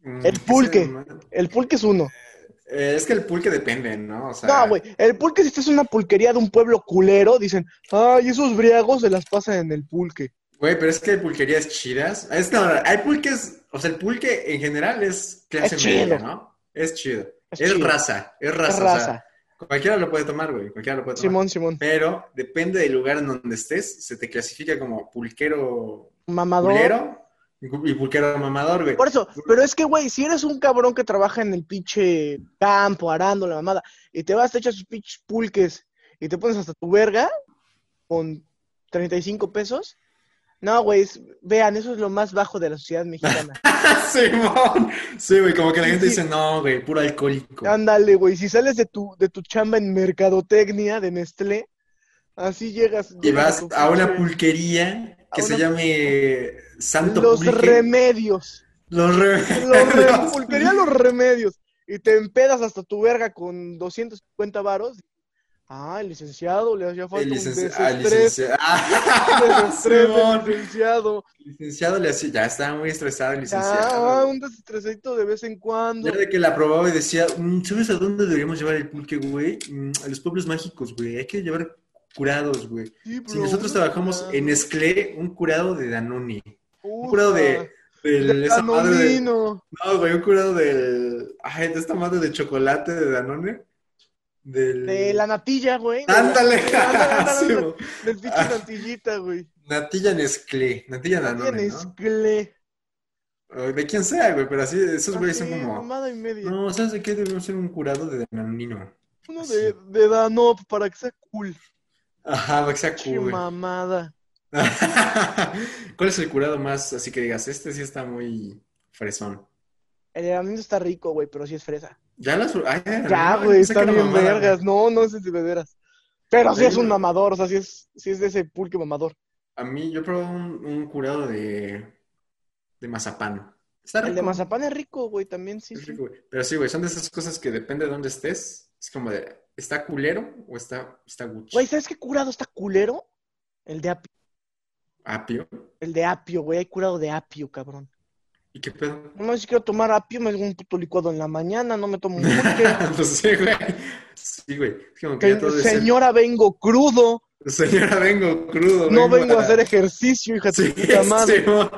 S2: Mm,
S1: El
S2: ¿qué
S1: pulque.
S2: se-
S1: El pulque es uno.
S2: Eh, es que el pulque depende, ¿no? O sea,
S1: No, güey, el pulque si estás en una pulquería de un pueblo culero, dicen, ay, esos briagos se las pasan en el pulque.
S2: Güey, pero es que hay pulquerías chidas. Es, no, no, hay pulques, o sea, el pulque en general es clase
S1: Es
S2: media,
S1: chido.
S2: ¿no? Es chido.
S1: Es
S2: Es,
S1: chido.
S2: raza, es
S1: Es
S2: raza. o sea,
S1: raza.
S2: cualquiera lo puede tomar, güey, cualquiera lo puede tomar.
S1: Simón, Simón.
S2: Pero depende del lugar en donde estés, se te clasifica como pulquero
S1: Mamador.
S2: culero y pulquero mamador, güey. [laughs]
S1: Por eso, pero es que, güey, si eres un cabrón que trabaja en el pinche campo, arando la mamada, y te vas, te echas sus pinches pulques y te pones hasta tu verga con 35 pesos. No, güey, es- vean, eso es lo más bajo de la sociedad
S2: [laughs]
S1: mexicana.
S2: Simón. Sí, güey, como que la
S1: Sí,
S2: gente
S1: sí.
S2: dice, no, güey, puro alcohólico.
S1: Ándale, güey, si sales de tu, de tu chamba en mercadotecnia de Nestlé, así llegas.
S2: Y
S1: llegas
S2: vas
S1: tu
S2: a una
S1: pinche-
S2: pulquería que
S1: a
S2: se
S1: una-
S2: llame Santo
S1: Los
S2: Pulque.
S1: remedios.
S2: Los [laughs] remedios.
S1: Los re- pulquería los remedios. Y te empedas hasta tu verga con 250 varos. Ah, el licenciado, le hacía falta
S2: El
S1: un
S2: licenci- [laughs] ah,
S1: desestrés.
S2: licenciado. Ah,
S1: un desestrés del
S2: Simón.
S1: licenciado.
S2: Licenciado le hacía, ya estaba muy estresado el
S1: Ah,
S2: licenciado.
S1: un desestresito de vez en cuando.
S2: Ya de que la probaba y decía, "Mm, ¿sabes a dónde deberíamos llevar el pulque, güey? Mm, A los pueblos mágicos, güey. Hay que llevar curados, güey.
S1: Sí,
S2: Si
S1: bro,
S2: nosotros
S1: una
S2: trabajamos
S1: curada.
S2: en Esclé, un curado de Danone. Un
S1: Puta,
S2: curado de... del-
S1: de
S2: esa madre de-
S1: Danonino.
S2: no, güey, un curado del... Ay, de esta madre de chocolate de Danone. Del...
S1: De la natilla, güey. De la-
S2: Ándale.
S1: Ándale, ándale,
S2: [laughs] Sí,
S1: ándale.
S2: güey.
S1: Del pinche
S2: Ah.
S1: natillita,
S2: [laughs]
S1: güey.
S2: Natilla Nesclé. Natilla Danone,
S1: Tienes
S2: ¿no?
S1: cle.
S2: O De quien sea, güey, pero así, esos güeyes son
S1: Así,
S2: como...
S1: mamada y media.
S2: No, ¿sabes de qué? Debemos ser un curado de danonino.
S1: Uno de, de Danop para que sea cool.
S2: Ajá, va que sea
S1: Che
S2: cool.
S1: mamada.
S2: [laughs] ¿Cuál es el curado más? Así que digas, este sí está muy fresón.
S1: El hermanito está rico, güey, pero sí es fresa.
S2: Ya las... ay,
S1: Ya,
S2: Ah, no,
S1: güey,
S2: pensé que
S1: está
S2: era
S1: bien
S2: mamada,
S1: vergas.
S2: güey.
S1: No, no sé si de veras. Pero sí
S2: Sí,
S1: es un
S2: güey.
S1: mamador, o sea, sí es, sí es de ese pulque mamador.
S2: A mí, yo probé un, un curado de... De mazapán. Está rico.
S1: El de mazapán es rico, güey, también sí.
S2: Es
S1: sí.
S2: rico, güey. Pero sí, güey, son de esas cosas que depende de dónde estés. Es como de... ¿Está culero o está, está Gucci?
S1: Güey, ¿sabes qué curado está culero? El de apio.
S2: Apio.
S1: El de apio, güey, hay curado de apio, cabrón.
S2: ¿Y qué pedo?
S1: No, si quiero tomar apio, me hago un puto licuado en la mañana, no me tomo
S2: [laughs]
S1: un pulque.
S2: No sé, güey. Sí, güey. Es como que ya todo
S1: Que-
S2: es el-
S1: Señora, vengo crudo,
S2: Señora, vengo crudo.
S1: no vengo a hacer ejercicio, hija de
S2: Sí,
S1: tu puta madre.
S2: Simón.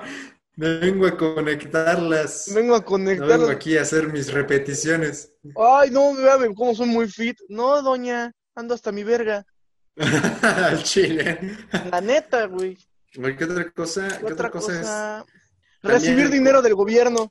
S2: vengo a conectarlas. No
S1: Vengo a
S2: Vengo,
S1: conectar.
S2: aquí a hacer mis repeticiones. [laughs]
S1: Ay, no, véame cómo soy muy fit. No, doña, ando hasta mi verga.
S2: Al chile.
S1: La neta, güey.
S2: Güey, ¿Qué otra cosa? ¿Qué
S1: ¿Qué otra cosa?
S2: También-
S1: Recibir dinero del gobierno.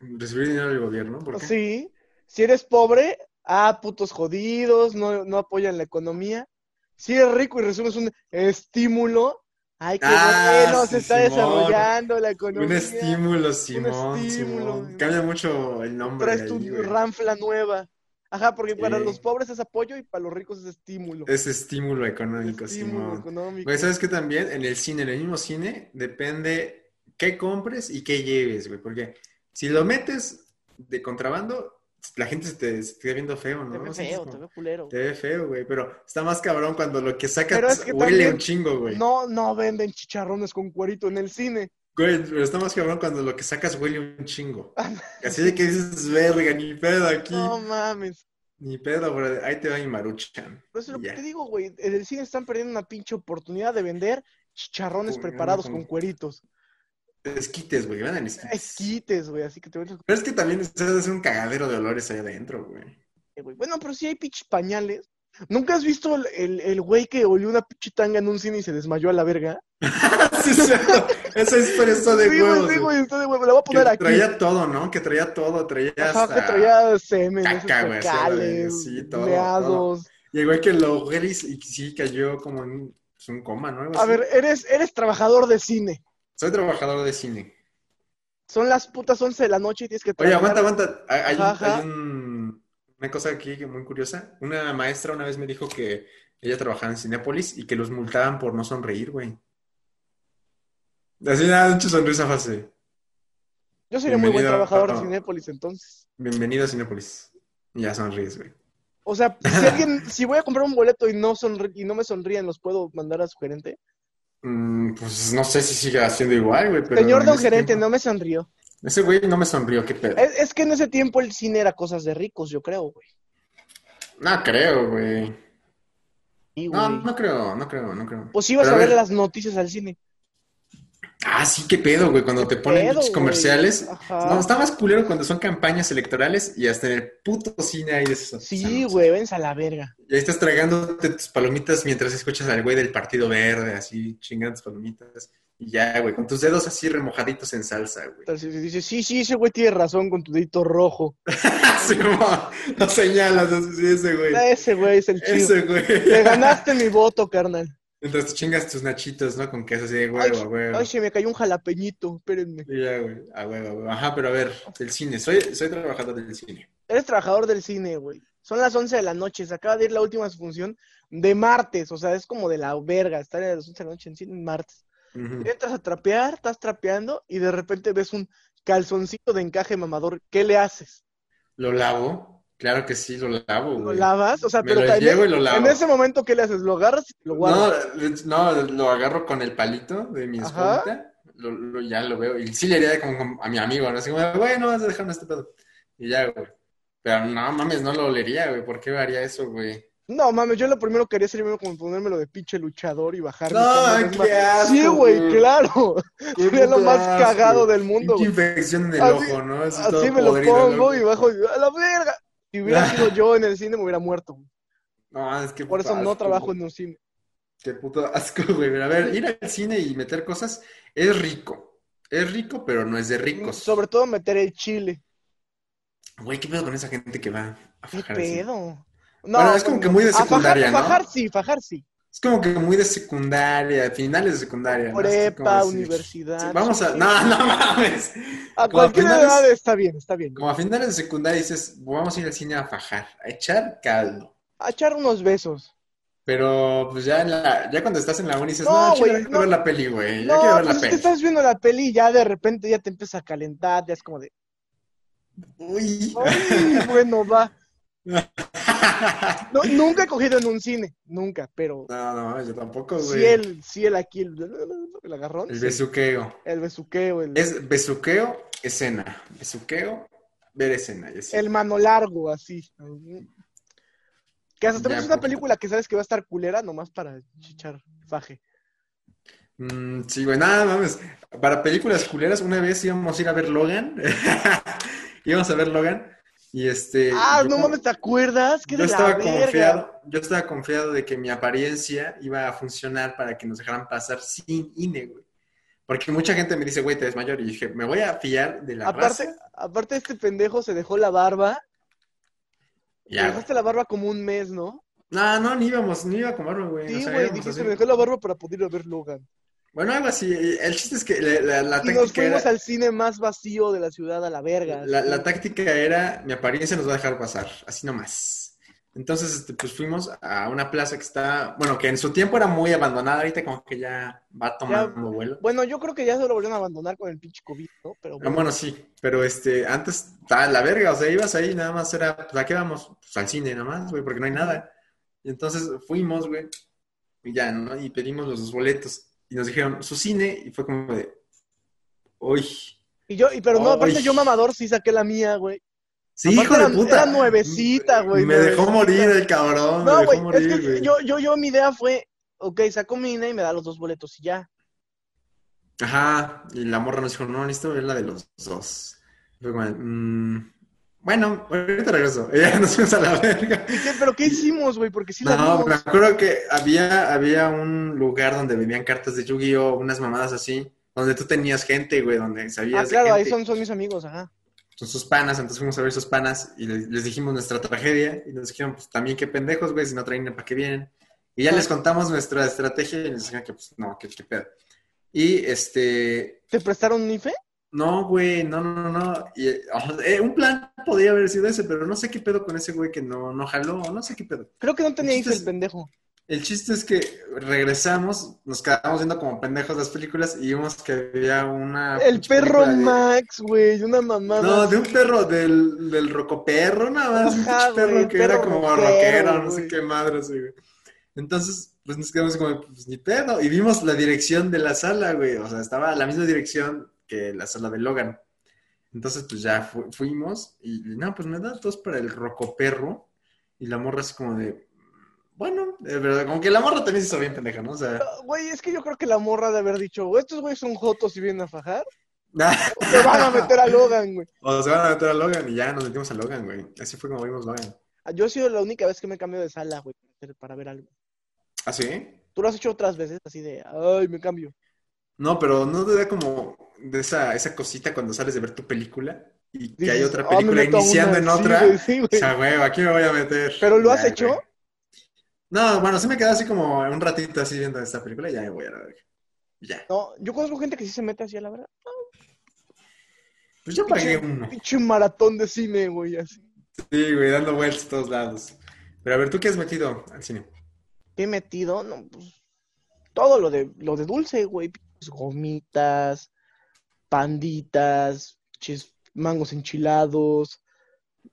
S2: es recibir dinero del gobierno? ¿Por qué?
S1: Sí. Si eres pobre, ah, putos jodidos, no, no apoyan la economía. Si eres rico y recibes un estímulo, ay, qué
S2: Ah,
S1: bueno,
S2: sí,
S1: se está
S2: Simón.
S1: desarrollando la economía.
S2: Un estímulo, Simón.
S1: estímulo,
S2: Simón.
S1: güey.
S2: Cambia mucho el nombre.
S1: Traes
S2: ahí,
S1: tu
S2: güey.
S1: ranfla nueva. Ajá, porque para
S2: Sí.
S1: los pobres es apoyo y para los ricos es estímulo.
S2: Es estímulo económico,
S1: estímulo
S2: Simón. Pues,
S1: económico.
S2: Güey, ¿sabes qué también? En el cine, en el mismo cine, depende qué compres y qué lleves, güey. Porque si lo metes de contrabando, la gente se te, se te ve viendo feo, ¿no?
S1: Te ve
S2: O sea, es
S1: feo,
S2: como-
S1: te ve culero.
S2: te ve feo, güey, pero está más cabrón cuando lo que
S1: Pero
S2: sacas
S1: es que
S2: huele
S1: también-
S2: un chingo, güey.
S1: No, no venden chicharrones con cuerito en el cine.
S2: Güey, pero está más cabrón cuando lo que sacas huele un chingo. Así de que dices, verga, ni pedo aquí.
S1: Ah, No mames.
S2: Ni pedo, brother. Ahí te va mi maruchan.
S1: Pero eso es lo
S2: Ya.
S1: que te digo, güey. En el cine están perdiendo una pinche oportunidad de vender chicharrones
S2: Con-
S1: preparados
S2: con-
S1: con cueritos.
S2: Esquites, güey, van a esquites.
S1: Esquites, güey. Así que te venden.
S2: Pero es que también se hace un cagadero de olores ahí adentro, güey.
S1: güey. Bueno, pero sí hay pinches pañales. ¿Nunca has visto el- el el güey que olió una pinche tanga en un cine y se desmayó a la verga?
S2: [laughs] Sí, es cierto. Esa historia está de
S1: sí, güey,
S2: huevos,
S1: sí,
S2: güey.
S1: güey, está de huevo. La voy a
S2: Que
S1: poner aquí.
S2: traía todo, ¿no? Que traía todo, traía
S1: Ajá,
S2: hasta...
S1: que traía semen,
S2: caca, güey, así,
S1: fecales,
S2: sí, todo,
S1: meados.
S2: Y igual que lo gris y sí cayó como en un, pues, un coma, ¿no? Algo
S1: A
S2: así.
S1: ver, eres, eres trabajador de cine.
S2: Soy trabajador de cine.
S1: Son las putas 11 de la noche y tienes que
S2: Oye,
S1: trabajar.
S2: aguanta, aguanta. Hay, hay un-
S1: Ajá.
S2: hay un- una cosa aquí que muy curiosa. Una maestra una vez me dijo que ella trabajaba en Cinépolis y que los multaban por no sonreír, güey. Así nada, mucha sonrisa fácil.
S1: Yo sería muy buen
S2: Bienvenido,
S1: trabajador de
S2: Pato.
S1: Cinépolis entonces.
S2: Bienvenido a Cinépolis. Ya sonríes, güey.
S1: O sea, si
S2: [laughs]
S1: alguien, si voy a comprar un boleto y no sonri- y no me sonríen, ¿los puedo mandar a su gerente?
S2: Mm, pues no sé si siga haciendo igual, güey, pero
S1: Señor
S2: en
S1: don
S2: ese
S1: gerente,
S2: tiempo-
S1: no me sonrió.
S2: Ese güey no me sonrió, qué pedo.
S1: Es, es que en ese tiempo el cine era cosas de ricos, yo creo, güey.
S2: No creo, güey.
S1: Sí,
S2: No,
S1: güey.
S2: no creo, no creo, no creo.
S1: Pues ibas
S2: Pero
S1: a ver
S2: ver-
S1: las noticias al cine.
S2: Ah, sí, qué pedo, güey, cuando te ponen
S1: pedo,
S2: pinches
S1: güey?
S2: comerciales.
S1: Ajá.
S2: No, está más culero cuando son campañas electorales y hasta en el puto cine hay de esos.
S1: Sí, güey, vense a la verga.
S2: Y ahí estás tragándote tus palomitas mientras escuchas al güey del Partido Verde, así chingando tus palomitas. Y ya, güey, con tus dedos así remojaditos en salsa, güey.
S1: Entonces dice, sí, sí, ese güey tiene razón con tu dedito rojo.
S2: [laughs] Simón, no señalas, así ese güey.
S1: Ah, Ese güey es el chido.
S2: Ese güey.
S1: Te ganaste mi voto, carnal.
S2: Mientras te chingas tus nachitos, ¿no? Con queso así de
S1: Ay,
S2: huevo, a huevo.
S1: ay, se me cayó un jalapeñito, espérenme.
S2: Y ya, güey, a huevo, a huevo. Ajá, pero a ver, el cine. Soy, soy trabajador del cine.
S1: Eres trabajador del cine, güey. Son las 11 de la noche, se acaba de ir la última función de martes, o sea, es como de la verga estar a las 11 de la noche en cine en martes.
S2: Ujú.
S1: Entras a trapear, estás trapeando y de repente ves un calzoncito de encaje mamador, ¿qué le haces?
S2: Lo lavo. Claro que sí, lo lavo,
S1: ¿Lo
S2: güey.
S1: lavas? O sea,
S2: Me
S1: pero
S2: lo
S1: también-
S2: llevo y lo lavo.
S1: en ese momento, ¿qué le haces? ¿Lo agarras y lo guardas?
S2: No, le- no, lo agarro con el palito de mi
S1: Ajá.
S2: esponjita, lo, lo- ya lo veo, y sí le haría como, como a mi amigo, ¿no? Así como, güey, no vas a dejarme este pedo. Y ya, güey. Pero no mames, no lo olería, güey, ¿por qué haría eso, güey?
S1: No, mames, yo lo primero que haría sería primero como ponérmelo de pinche luchador y bajar.
S2: No, ay, qué asco,
S1: Sí, güey,
S2: güey.
S1: claro. [laughs] Sería lo más
S2: asco,
S1: cagado
S2: güey.
S1: del mundo,
S2: Pinche
S1: güey.
S2: infección en el
S1: Así-
S2: ojo, ¿no? Así,
S1: Así
S2: todo
S1: me lo
S2: podrido,
S1: pongo
S2: ¿no?
S1: y bajo y, a la verga. Si
S2: [laughs]
S1: hubiera sido yo en el cine me hubiera muerto.
S2: No, es que
S1: Por eso
S2: puto
S1: no
S2: asco,
S1: trabajo
S2: güey.
S1: en un cine.
S2: Qué puto asco, güey. Pero A ver, ir al cine y meter cosas es rico. Es rico, pero no es de ricos.
S1: Mm, Sobre todo meter el chile.
S2: Güey, ¿qué pedo con esa gente que va a
S1: ¿Qué
S2: fajar al cine?
S1: pedo? No,
S2: Bueno, es como que muy de
S1: a fajar-
S2: secundaria, ¿no?
S1: Fajar sí, fajar sí.
S2: Es como que muy de secundaria, finales de secundaria. ¿no? Así como
S1: Prepa,
S2: decir,
S1: universidad.
S2: sí, vamos a.
S1: sí.
S2: No, no mames.
S1: A
S2: como
S1: cualquier
S2: finales-
S1: edad está bien, está bien.
S2: Como a finales de secundaria dices, vamos a ir al cine a fajar, a echar caldo.
S1: A echar unos besos.
S2: Pero pues ya, en la, ya cuando estás en la uni dices,
S1: No,
S2: no, yo
S1: güey,
S2: quiero
S1: no.
S2: ver la peli, güey. Yo
S1: No,
S2: quiero
S1: pues
S2: ver la
S1: es que
S2: peli.
S1: estás viendo la peli y ya de repente ya te empieza a calentar, ya es como de,
S2: Uy. [laughs]
S1: "Ay, bueno, va. No, nunca he cogido en un cine, nunca, pero
S2: [laughs] No, no, yo tampoco, güey.
S1: sí el, sí el aquí, el, [laughs] el agarrón,
S2: El
S1: sí.
S2: besuqueo.
S1: el besuqueo, el,
S2: Es besuqueo, escena. Besuqueo, ver escena. y así.
S1: el mano largo, así. Que hasta te
S2: Ya, pues.
S1: metes una
S2: poquito.
S1: película que sabes que va a estar culera nomás para chichar faje.
S2: Mm, sí, güey, nada, mames. Para películas culeras, una vez íbamos a ir a ver Logan. [laughs] íbamos a ver Logan. Y este.
S1: Ah,
S2: yo-
S1: no mames, ¿te acuerdas? ¡Qué de
S2: Yo
S1: la
S2: estaba
S1: verga!
S2: confiado, yo estaba confiado de que mi apariencia iba a funcionar para que nos dejaran pasar sin INE, güey. Porque mucha gente me dice, güey, te ves mayor. Y dije, me voy a fiar de la
S1: Aparte,
S2: raza.
S1: aparte este pendejo se dejó la barba.
S2: Ya,
S1: te
S2: güey.
S1: dejaste la barba como un mes, ¿no?
S2: No, no, ni íbamos, ni iba a comerlo, güey. O
S1: Sí,
S2: sea,
S1: güey,
S2: íbamos
S1: dijiste,
S2: así.
S1: me dejó la barba para poder ir a ver Logan.
S2: Bueno, algo así. El chiste es que la, la- la
S1: Y nos
S2: táctica
S1: fuimos
S2: era,
S1: al cine más vacío de la ciudad a la verga.
S2: la- la táctica era, mi apariencia nos va a dejar pasar, así nomás. Entonces, este, pues fuimos a una plaza que está, bueno, que en su tiempo era muy abandonada, ahorita como que ya va tomando
S1: Ya,
S2: vuelo.
S1: Bueno, yo creo que ya se lo volvieron a abandonar con el pinche COVID, ¿no? Pero
S2: Ah,
S1: bueno,
S2: Bueno, sí, pero este, antes estaba la verga, o sea, ibas ahí, nada más era, pues, ¿a qué vamos? Pues al cine, nada más, güey, porque no hay nada. Y entonces fuimos, güey, y ya, ¿no? Y pedimos los boletos, y nos dijeron, su cine, y fue como de, uy,
S1: y yo, y, pero no, aparte
S2: Ay.
S1: yo mamador sí saqué la mía, güey.
S2: sí,
S1: Aparte
S2: hijo
S1: era-
S2: de puta.
S1: era nuevecita, güey,
S2: Me dejó
S1: nuevecita.
S2: morir el cabrón, me
S1: No,
S2: dejó
S1: güey, es
S2: morir,
S1: que
S2: güey.
S1: yo, yo, yo, mi idea fue, ok, saco mi INE y me da los dos boletos y ya.
S2: Ajá, y la morra nos dijo, no, necesito ver la de los dos. Fue como, mm, bueno, ahorita regreso. [laughs] Y ya nos fuimos a la verga.
S1: ¿Y qué- ¿Pero qué hicimos, güey? Porque sí Ah, la
S2: No,
S1: vimos.
S2: me acuerdo que había, había un lugar donde vendían cartas de Yu-Gi-Oh, unas mamadas así, donde tú tenías gente, güey, donde
S1: Ah,
S2: sabías de
S1: claro, ahí
S2: gente.
S1: son, son mis amigos, ajá.
S2: Son sus panas, entonces fuimos a ver sus panas y les, les dijimos nuestra tragedia y nos dijeron, pues también qué pendejos, güey, si no traen para qué vienen. Y ya les contamos nuestra estrategia y nos dijeron que, pues, no, que qué pedo. Y este,
S1: ¿Te prestaron un E? IFE?
S2: no, güey, no, no, no, no. Y, eh, eh, un plan podría haber sido ese, pero no sé qué pedo con ese güey que no, no jaló, no sé qué pedo.
S1: Creo que no tenía IFE el
S2: Entonces-
S1: pendejo.
S2: El chiste es que regresamos, nos quedamos viendo como pendejos las películas y vimos que había una.
S1: El
S2: pinche
S1: perro
S2: película de-
S1: Max, güey, una mamada.
S2: No, de un perro, del, del rocoperro, nada más. Un
S1: Ajá,
S2: pinche perro
S1: güey, un
S2: que era
S1: perro
S2: como
S1: rockero,
S2: rockero, no sé
S1: güey.
S2: qué madre, sí, güey. Entonces, pues nos quedamos como, pues ni pedo. Y vimos la dirección de la sala, güey. O sea, estaba a la misma dirección que la sala de Logan. Entonces, pues ya fu- fuimos y, no, pues me da dos para el rocoperro. Y la morra así como de, bueno, de verdad, como que la morra también se hizo bien pendeja, ¿no? O sea, [laughs]
S1: Ah, Güey, es que yo creo que la morra de haber dicho, "Güey, estos güeyes son jotos y vienen a fajar, o se van a meter a Logan, güey.
S2: o se van a meter a Logan y ya nos metimos a Logan, güey. Así fue como vimos Logan.
S1: Ah, Yo he sido la única vez que me cambio de sala, güey, para hacer- para ver algo.
S2: ¿Ah, sí?
S1: Tú lo has hecho otras veces, así de, ay, me cambio.
S2: No, pero no te da como de esa, esa cosita cuando sales de ver tu película y que hay
S1: Dices,
S2: otra
S1: "Ah, me
S2: película
S1: meto a una".
S2: iniciando en
S1: Sí,
S2: otra.
S1: güey, sí, güey.
S2: O sea, güey, aquí me voy a meter.
S1: ¿Pero lo has
S2: Ya,
S1: hecho?
S2: güey. No, bueno, sí me quedé así como un ratito así viendo esta película y ya me voy a la verga. Ya.
S1: No, yo conozco gente que sí se mete así a la verdad.
S2: Pues yo pagué uno.
S1: Pinche maratón de cine, güey, así.
S2: Sí, güey, dando vueltas a todos lados. Pero a ver, ¿tú qué has metido al cine?
S1: ¿Qué he metido? No, pues, todo lo de, lo de dulce, güey. pinches Gomitas, panditas, pinches mangos enchilados,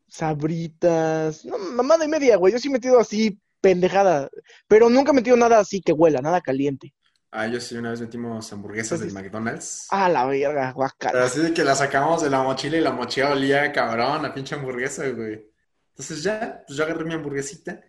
S1: sabritas. No, mamá de media, güey. Yo sí he metido así pendejada. Pero nunca he metido nada así que huela, nada caliente.
S2: Ah, yo sí, una vez metimos hamburguesas del McDonald's.
S1: Ah, la verga,
S2: Pero
S1: guacala.
S2: así de que la sacamos de la mochila y la mochila olía cabrón a pinche hamburguesa, güey. Entonces ya, pues yo agarré mi hamburguesita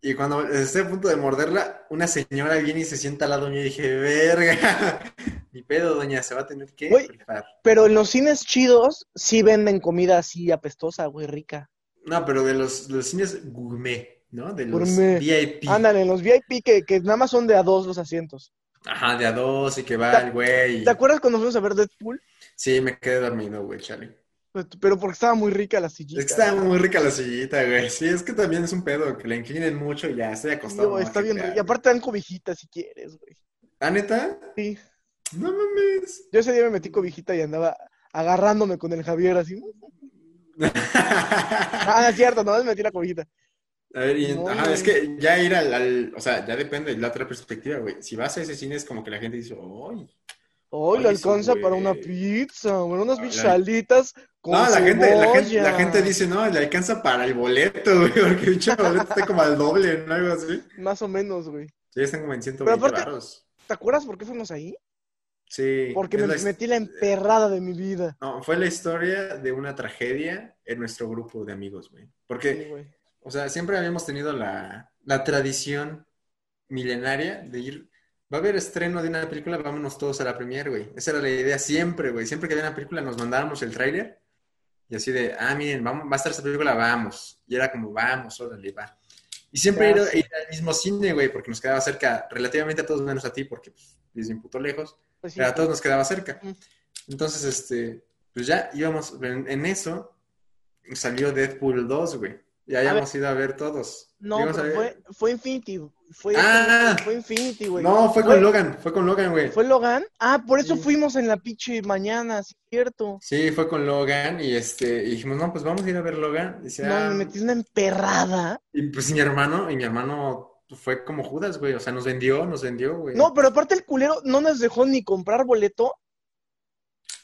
S2: y cuando esté a punto de morderla, una señora viene y se sienta al lado mío y dije, verga, [laughs] mi pedo, doña, se va a tener que
S1: Güey.
S2: rifar".
S1: Pero en los cines chidos sí venden comida así apestosa, güey, rica.
S2: No, pero de los, de los cines gourmet, ¿no? De los
S1: Gourmet.
S2: VIP.
S1: Ándale, en los VIP que, que nada más son de a dos los asientos.
S2: Ajá, de a dos y que va
S1: ¿Te-
S2: el güey.
S1: ¿Te acuerdas cuando fuimos a ver Deadpool?
S2: Sí, me quedé dormido, güey, chale.
S1: Pues, Pero porque estaba muy rica la sillita.
S2: Es que está muy rica la sillita, güey. Sí, es que también es un pedo, que la inclinen mucho y ya estoy acostado.
S1: Digo,
S2: me voy a
S1: está bien
S2: jetear,
S1: rica. Y aparte dan cobijitas si quieres, güey.
S2: güey. ¿Ah, neta?
S1: Sí.
S2: No [laughs] mames.
S1: Yo ese día me metí cobijita y andaba agarrándome con el Javier así. Ah, no es cierto, no me metí la cobijita.
S2: A ver, y-
S1: No,
S2: ajá, es
S1: güey.
S2: que ya ir al, al- O sea, ya depende de la otra perspectiva, güey. Si vas a ese cine es como que la gente dice, ¡ay!
S1: Hoy lo
S2: Oye, sí,
S1: alcanza
S2: güey.
S1: para una pizza, bueno, unas
S2: Ah,
S1: bichalitas
S2: la-
S1: con
S2: No, la gente, la, gente, la
S1: cebolla.
S2: gente dice, no, le alcanza para el boleto, güey, porque el pinche boleto está como al doble, ¿no? Algo así.
S1: Más o menos, güey.
S2: Sí, están como en 120
S1: aparte-
S2: varos.
S1: ¿Te acuerdas por qué fuimos ahí?
S2: Sí.
S1: Porque
S2: es
S1: me
S2: la his-
S1: metí la emperrada de mi vida.
S2: No, fue la historia de una tragedia en nuestro grupo de amigos, güey. Porque
S1: Sí, güey.
S2: O sea, siempre habíamos tenido la, la tradición milenaria de ir. Va a haber estreno de una película, vámonos todos a la premier, güey. Esa era la idea siempre, güey. Siempre que había una película nos mandábamos el tráiler y así de, ah, miren, vamos, va a estar esa película, vamos. Y era como, vamos, órale, va. Y siempre
S1: Ya
S2: era
S1: sé.
S2: ir al mismo cine, güey, porque nos quedaba cerca, relativamente a todos menos a ti, porque pues, desde un puto lejos.
S1: Pues sí.
S2: Pero a todos nos quedaba cerca.
S1: Ujú.
S2: Entonces, este, pues ya íbamos, en, en eso salió Deadpool 2, güey. Ya habíamos ido a ver todos.
S1: No,
S2: Íbamos a
S1: pero
S2: ver-
S1: fue, fue Infinity, Fue,
S2: Ah.
S1: fue Infinity, güey.
S2: No, fue
S1: Güey,
S2: con Logan, fue con Logan, güey.
S1: ¿Fue Logan? Ah, por eso
S2: Sí.
S1: fuimos en la pinche mañana, sí, cierto.
S2: Sí, fue con Logan y este, y dijimos, no, pues vamos a ir a ver Logan. Y, decía,
S1: No, me metí una emperrada.
S2: y pues y mi hermano, y mi hermano fue como Judas, güey. O sea, nos vendió, nos vendió, güey.
S1: No, pero aparte el culero no nos dejó ni comprar boleto.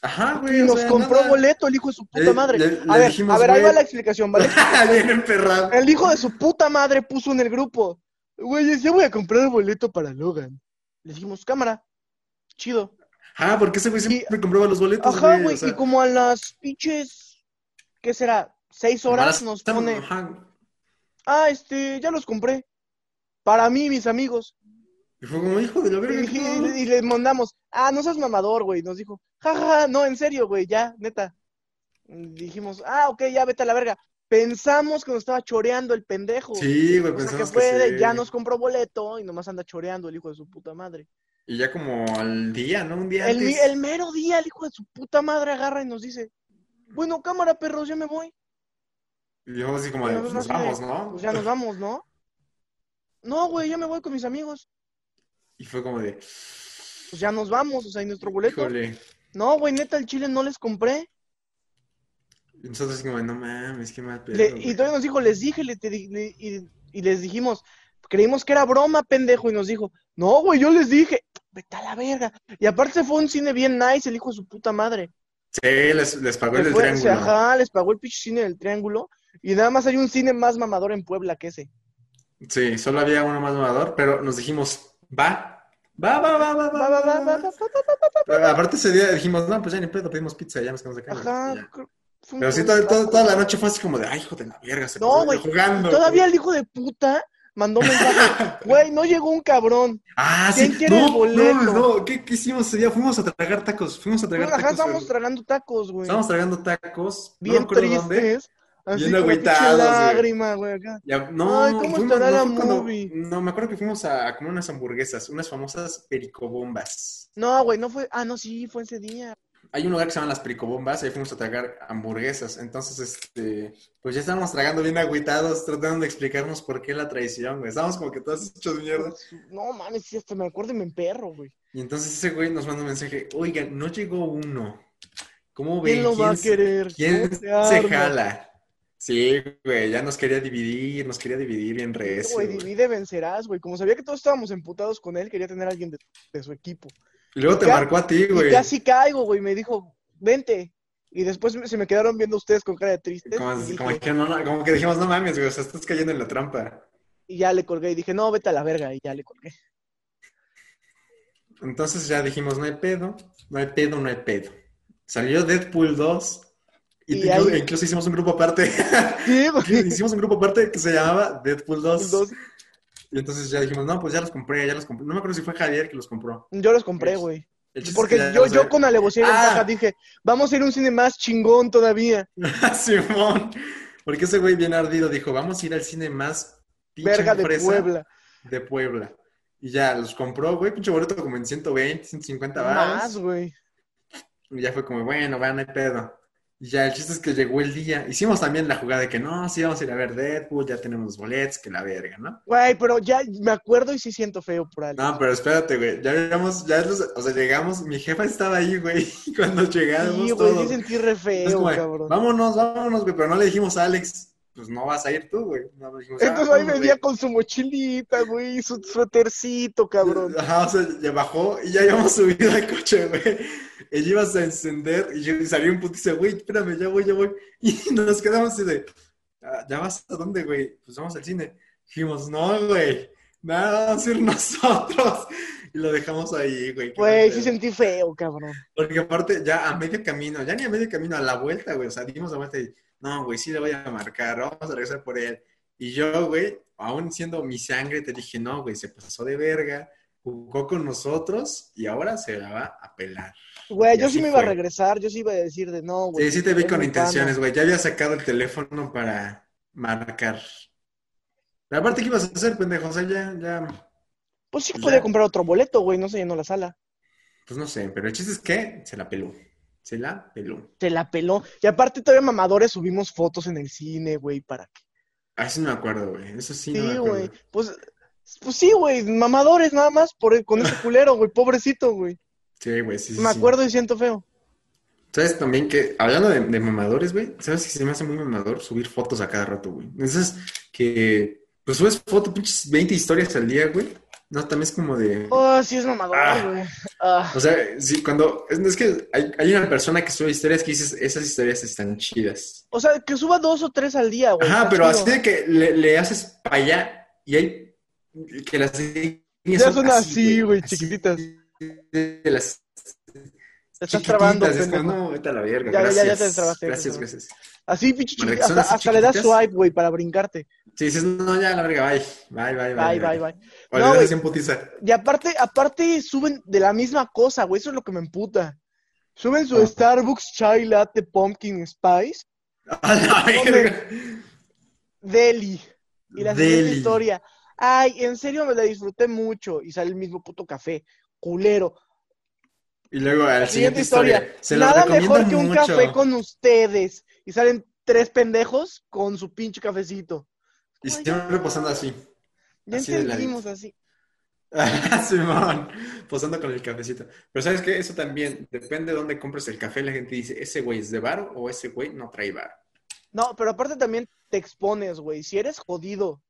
S2: Ajá,
S1: Y
S2: güey. o
S1: nos
S2: sea,
S1: compró
S2: nada.
S1: boleto el hijo de su puta
S2: Le-
S1: madre.
S2: le-
S1: a
S2: le
S1: ver,
S2: dijimos,
S1: a ver, ahí
S2: güey.
S1: va la explicación,
S2: [laughs]
S1: ¿vale?
S2: Bien emperrado.
S1: El hijo de su puta madre puso en el grupo. Güey, yo voy a comprar el boleto para Logan. Le dijimos, cámara. Chido.
S2: Ah, porque ese güey siempre compraba los boletos,
S1: Ajá,
S2: o
S1: güey.
S2: sea,
S1: Y como a las pinches, ¿qué será? Seis horas
S2: más-
S1: nos pone.
S2: Ajá.
S1: Ah, este, ya los compré. Para mí, y mis amigos.
S2: Y fue como, hijo de la
S1: Y,
S2: verga. no.
S1: y- y les mandamos, ah, no seas mamador, güey. Nos dijo, jaja, no, en serio, güey, ya, neta. Dijimos, ah, ok, ya vete a la verga. Pensamos que nos estaba choreando el pendejo.
S2: Sí, güey,
S1: O sea, que
S2: pensamos
S1: fue de,
S2: sí.
S1: ya nos compró boleto y nomás anda choreando el hijo de su puta madre.
S2: Y ya como al día, ¿no? Un día
S1: El, mi-
S2: antes.
S1: el mero día el hijo de su puta madre agarra y nos dice, bueno, cámara, perros, ya me voy.
S2: Y yo así como, de,
S1: Pero
S2: pues
S1: no
S2: nos
S1: sé,
S2: vamos, ¿no?
S1: Pues ya nos vamos, ¿no? No, güey, ya me voy con mis amigos.
S2: Y fue como de,
S1: Pues ya nos vamos, o sea, y nuestro boleto.
S2: híjole.
S1: No, güey, neta, el chile no les compré.
S2: Y nosotros así como, no mames, qué mal pedo.
S1: Le-
S2: güey.
S1: y todavía nos dijo, les dije, le- te di- le- y, y les dijimos, creímos que era broma, pendejo, y nos dijo, no, güey, yo les dije, vete a la verga. Y aparte fue un cine bien nice, el hijo de su puta madre.
S2: Sí, les, les pagó
S1: Que
S2: el del
S1: fue- o sea,
S2: triángulo.
S1: ajá, les pagó el pinche cine del triángulo, y nada más hay un cine más mamador en Puebla que ese.
S2: Sí, solo había uno más mamador, pero nos dijimos, va. Va, va, va, va,
S1: Va, va, va, va, va, va, va.
S2: Pero aparte ese día dijimos, no, pues ya ni pedo, pedimos pizza, ya nos quedamos acá. güey, y ya.
S1: Ajá. creo- fue un-
S2: Pero sí, toda, toda- toda la noche fue así como de, ay, hijo de la verga, se
S1: No,
S2: pasó
S1: güey,
S2: jugando.
S1: Todavía el hijo de puta mandó mensaje,
S2: [laughs]
S1: güey, no llegó un cabrón.
S2: Ah,
S1: ¿Quién
S2: sí.
S1: quiere
S2: no,
S1: el boleto?
S2: No, no, ¿Qué, qué hicimos ese día? Fuimos a tragar tacos. Fuimos a tragar
S1: Ajá,
S2: tacos.
S1: estábamos
S2: güey.
S1: tragando tacos, güey.
S2: Estábamos tragando tacos. no
S1: bien
S2: me acuerdo dónde.
S1: tristes. Así
S2: Bien
S1: con la pinche
S2: agüitados, güey.
S1: lágrima, güey, acá.
S2: Ya- no,
S1: Ay, ¿cómo
S2: fuimos-
S1: estará
S2: no,
S1: la
S2: fue cuando-
S1: movie?
S2: no, me acuerdo que fuimos a, a comer unas hamburguesas, unas famosas pericobombas.
S1: No, güey, no fue. Ah, no, sí, fue ese día.
S2: Hay un lugar que se llama Las Pericobombas, ahí fuimos a tragar hamburguesas. Entonces, este, pues ya estábamos tragando bien agüitados, tratando de explicarnos por qué la traición, güey. Estábamos como que todos hechos mierda.
S1: No mames, sí, hasta me acuerdo y me emperro, güey.
S2: Y entonces ese güey nos manda un mensaje, oigan, no llegó uno. ¿Cómo ven?
S1: ¿Quién lo va a
S2: se-
S1: querer?
S2: ¿Quién
S1: ¿Cómo
S2: se
S1: arma?
S2: jala? Sí, güey, ya nos quería dividir, nos quería dividir bien recio.
S1: Güey,
S2: güey.
S1: divide, vencerás, güey. Como sabía que todos estábamos emputados con él, quería tener a alguien de, de su equipo.
S2: Y luego te
S1: Ca-
S2: marcó a ti, güey.
S1: Y casi caigo, güey. Me dijo, vente. Y después me- se me quedaron viendo ustedes con cara de tristes. y,
S2: Como,
S1: dije-
S2: como que no- no- como que dijimos, no mames, güey, o sea, estás cayendo en la trampa.
S1: y ya le colgué. Y dije, no, vete a la verga. Y ya le colgué.
S2: Entonces ya dijimos, no hay pedo, no hay pedo, no hay pedo. Salió Deadpool 2 y,
S1: Y
S2: te-
S1: ahí-
S2: incluso hicimos un
S1: [laughs]
S2: grupo aparte. [laughs]
S1: Sí, güey.
S2: hicimos un grupo aparte que se llamaba Deadpool 2.
S1: Dos-
S2: Y entonces ya dijimos, no, pues ya los compré, ya los compré. No me acuerdo si fue Javier que los compró.
S1: Yo los compré,
S2: Pues,
S1: güey.
S2: El chiste es
S1: Porque
S2: que ya
S1: yo,
S2: los
S1: yo
S2: había-
S1: con alevosía y
S2: Ah.
S1: ventaja dije, vamos a ir a un cine más chingón todavía.
S2: [laughs] Simón. Porque ese güey bien ardido dijo, vamos a ir al cine más pinche
S1: Verga de
S2: fresa
S1: Puebla.
S2: de Puebla. Y ya los compró, güey, pinche boleto como en 120, 150
S1: Más,
S2: baros.
S1: güey.
S2: Y ya fue como, bueno, van, no hay pedo. Y ya el chiste es que llegó el día. Hicimos también la jugada de que no, sí, vamos a ir a ver Deadpool, ya tenemos los boletos, que la verga, ¿no?
S1: Güey, pero ya me acuerdo y sí siento feo por algo.
S2: No, pero espérate, güey. Ya llegamos, ya los- o sea, llegamos, mi jefa estaba ahí, güey, [laughs] cuando llegamos
S1: sí, güey,
S2: todos.
S1: sí sentí re feo,
S2: Es como,
S1: cabrón.
S2: Vámonos, vámonos, güey, pero no le dijimos a Alex, pues no vas a ir tú, güey. No, le dijimos,
S1: Entonces
S2: "Ah,
S1: ahí
S2: vamos,
S1: venía
S2: güey".
S1: con su mochilita, güey, su suétercito, cabrón.
S2: Ajá, o sea, ya bajó y ya íbamos [laughs] subido al coche, güey. Ella iba a encender y yo salí un puto y dice, güey, espérame, ya voy, [laughs] ya voy. Y nos quedamos así de, "Ah, ¿ya vas a dónde, güey? Pues vamos al cine. Dijimos, no, güey, nada, vamos a ir [laughs] nosotros. Y lo dejamos ahí, güey. qué
S1: Güey,
S2: mal
S1: sí
S2: pedo.
S1: sentí feo, cabrón.
S2: Porque aparte, ya a medio camino, ya ni a medio camino, a la vuelta, güey. O sea, dimos la vuelta y, no, güey, sí le voy a marcar, vamos a regresar por él. Y yo, güey, aún siendo mi sangre, te dije, no, güey, se pasó de verga, jugó con nosotros y ahora se la va a pelar.
S1: Güey,
S2: Y
S1: yo sí
S2: así
S1: me iba a
S2: fue.
S1: regresar, yo sí iba a decir de no, güey.
S2: Sí, sí te vi
S1: es
S2: con
S1: mi pana.
S2: intenciones, güey. Ya había sacado el teléfono para marcar. Pero aparte, ¿qué ibas a hacer, pendejo? O sea, ya, ya,
S1: Pues sí
S2: Ya.
S1: podía comprar otro boleto, güey, no se llenó la sala.
S2: pues no sé, pero el chiste es que se la peló. Se la peló.
S1: Se la peló. Y aparte todavía mamadores subimos fotos en el cine, güey, para
S2: Ah, sí no me acuerdo, güey. Eso sí, no me
S1: Sí,
S2: acuerdo.
S1: güey. Pues Pues sí, güey, mamadores nada más por el- con ese culero, güey, pobrecito, güey.
S2: Sí, güey, sí, sí.
S1: Me
S2: sí.
S1: acuerdo y siento feo.
S2: ¿Sabes también que, hablando de, de mamadores, güey? ¿Sabes que se me hace muy mamador subir fotos a cada rato, güey? Esas que, pues subes fotos, pinches 20 historias al día, güey. No, también es como de...
S1: Ah, sí es mamador,
S2: Ah.
S1: güey. Ah,
S2: O sea, sí, cuando... Es, es que hay, hay una persona que sube historias que dices, esas historias están chidas.
S1: o sea, que suba dos o tres al día, güey.
S2: Ajá,
S1: está
S2: pero
S1: chido.
S2: así de que le, le haces para allá y hay... Que las líneas
S1: Ya son así, güey,
S2: así
S1: chiquititas.
S2: de las
S1: Te estás trabando,
S2: chiquititas, es como,
S1: pendejo.
S2: no, vete a la verga,
S1: Ya, ya, ya te trabaste, ya
S2: gracias.
S1: te
S2: gracias,
S1: trabaste.
S2: gracias.
S1: Así, pinche
S2: Para que
S1: chiquita.
S2: son
S1: Hasta,
S2: así
S1: hasta le das
S2: chiquititas.
S1: swipe, güey, para brincarte.
S2: Si dices, no, ya, la verga, bye. Bye, bye, bye.
S1: Bye, bye, bye.
S2: O
S1: No,
S2: le
S1: güey.
S2: das en putiza. [laughs]
S1: Y aparte, aparte suben de la misma cosa, güey. Eso es lo que me emputa. Suben su
S2: Ah.
S1: Starbucks Chai Latte Pumpkin Spice.
S2: A la verga.
S1: Deli. Y la siguiente
S2: Deli.
S1: historia. Ay, en serio me la disfruté mucho. Y sale el mismo puto café. Culero.
S2: Y luego a la
S1: Siguiente
S2: siguiente
S1: historia.
S2: historia. Se lo
S1: Nada
S2: recomiendo
S1: mejor que un
S2: mucho.
S1: café con ustedes. Y salen tres pendejos con su pinche cafecito.
S2: Y siempre posando así. [laughs]
S1: Ya
S2: Así de
S1: entendimos así.
S2: Simón, posando con el cafecito. Pero ¿sabes qué? Eso también depende de dónde compres el café. La gente dice, ¿ese güey es de varo o ese güey no trae [laughs] varo?
S1: No, pero aparte también te expones, güey. Si eres jodido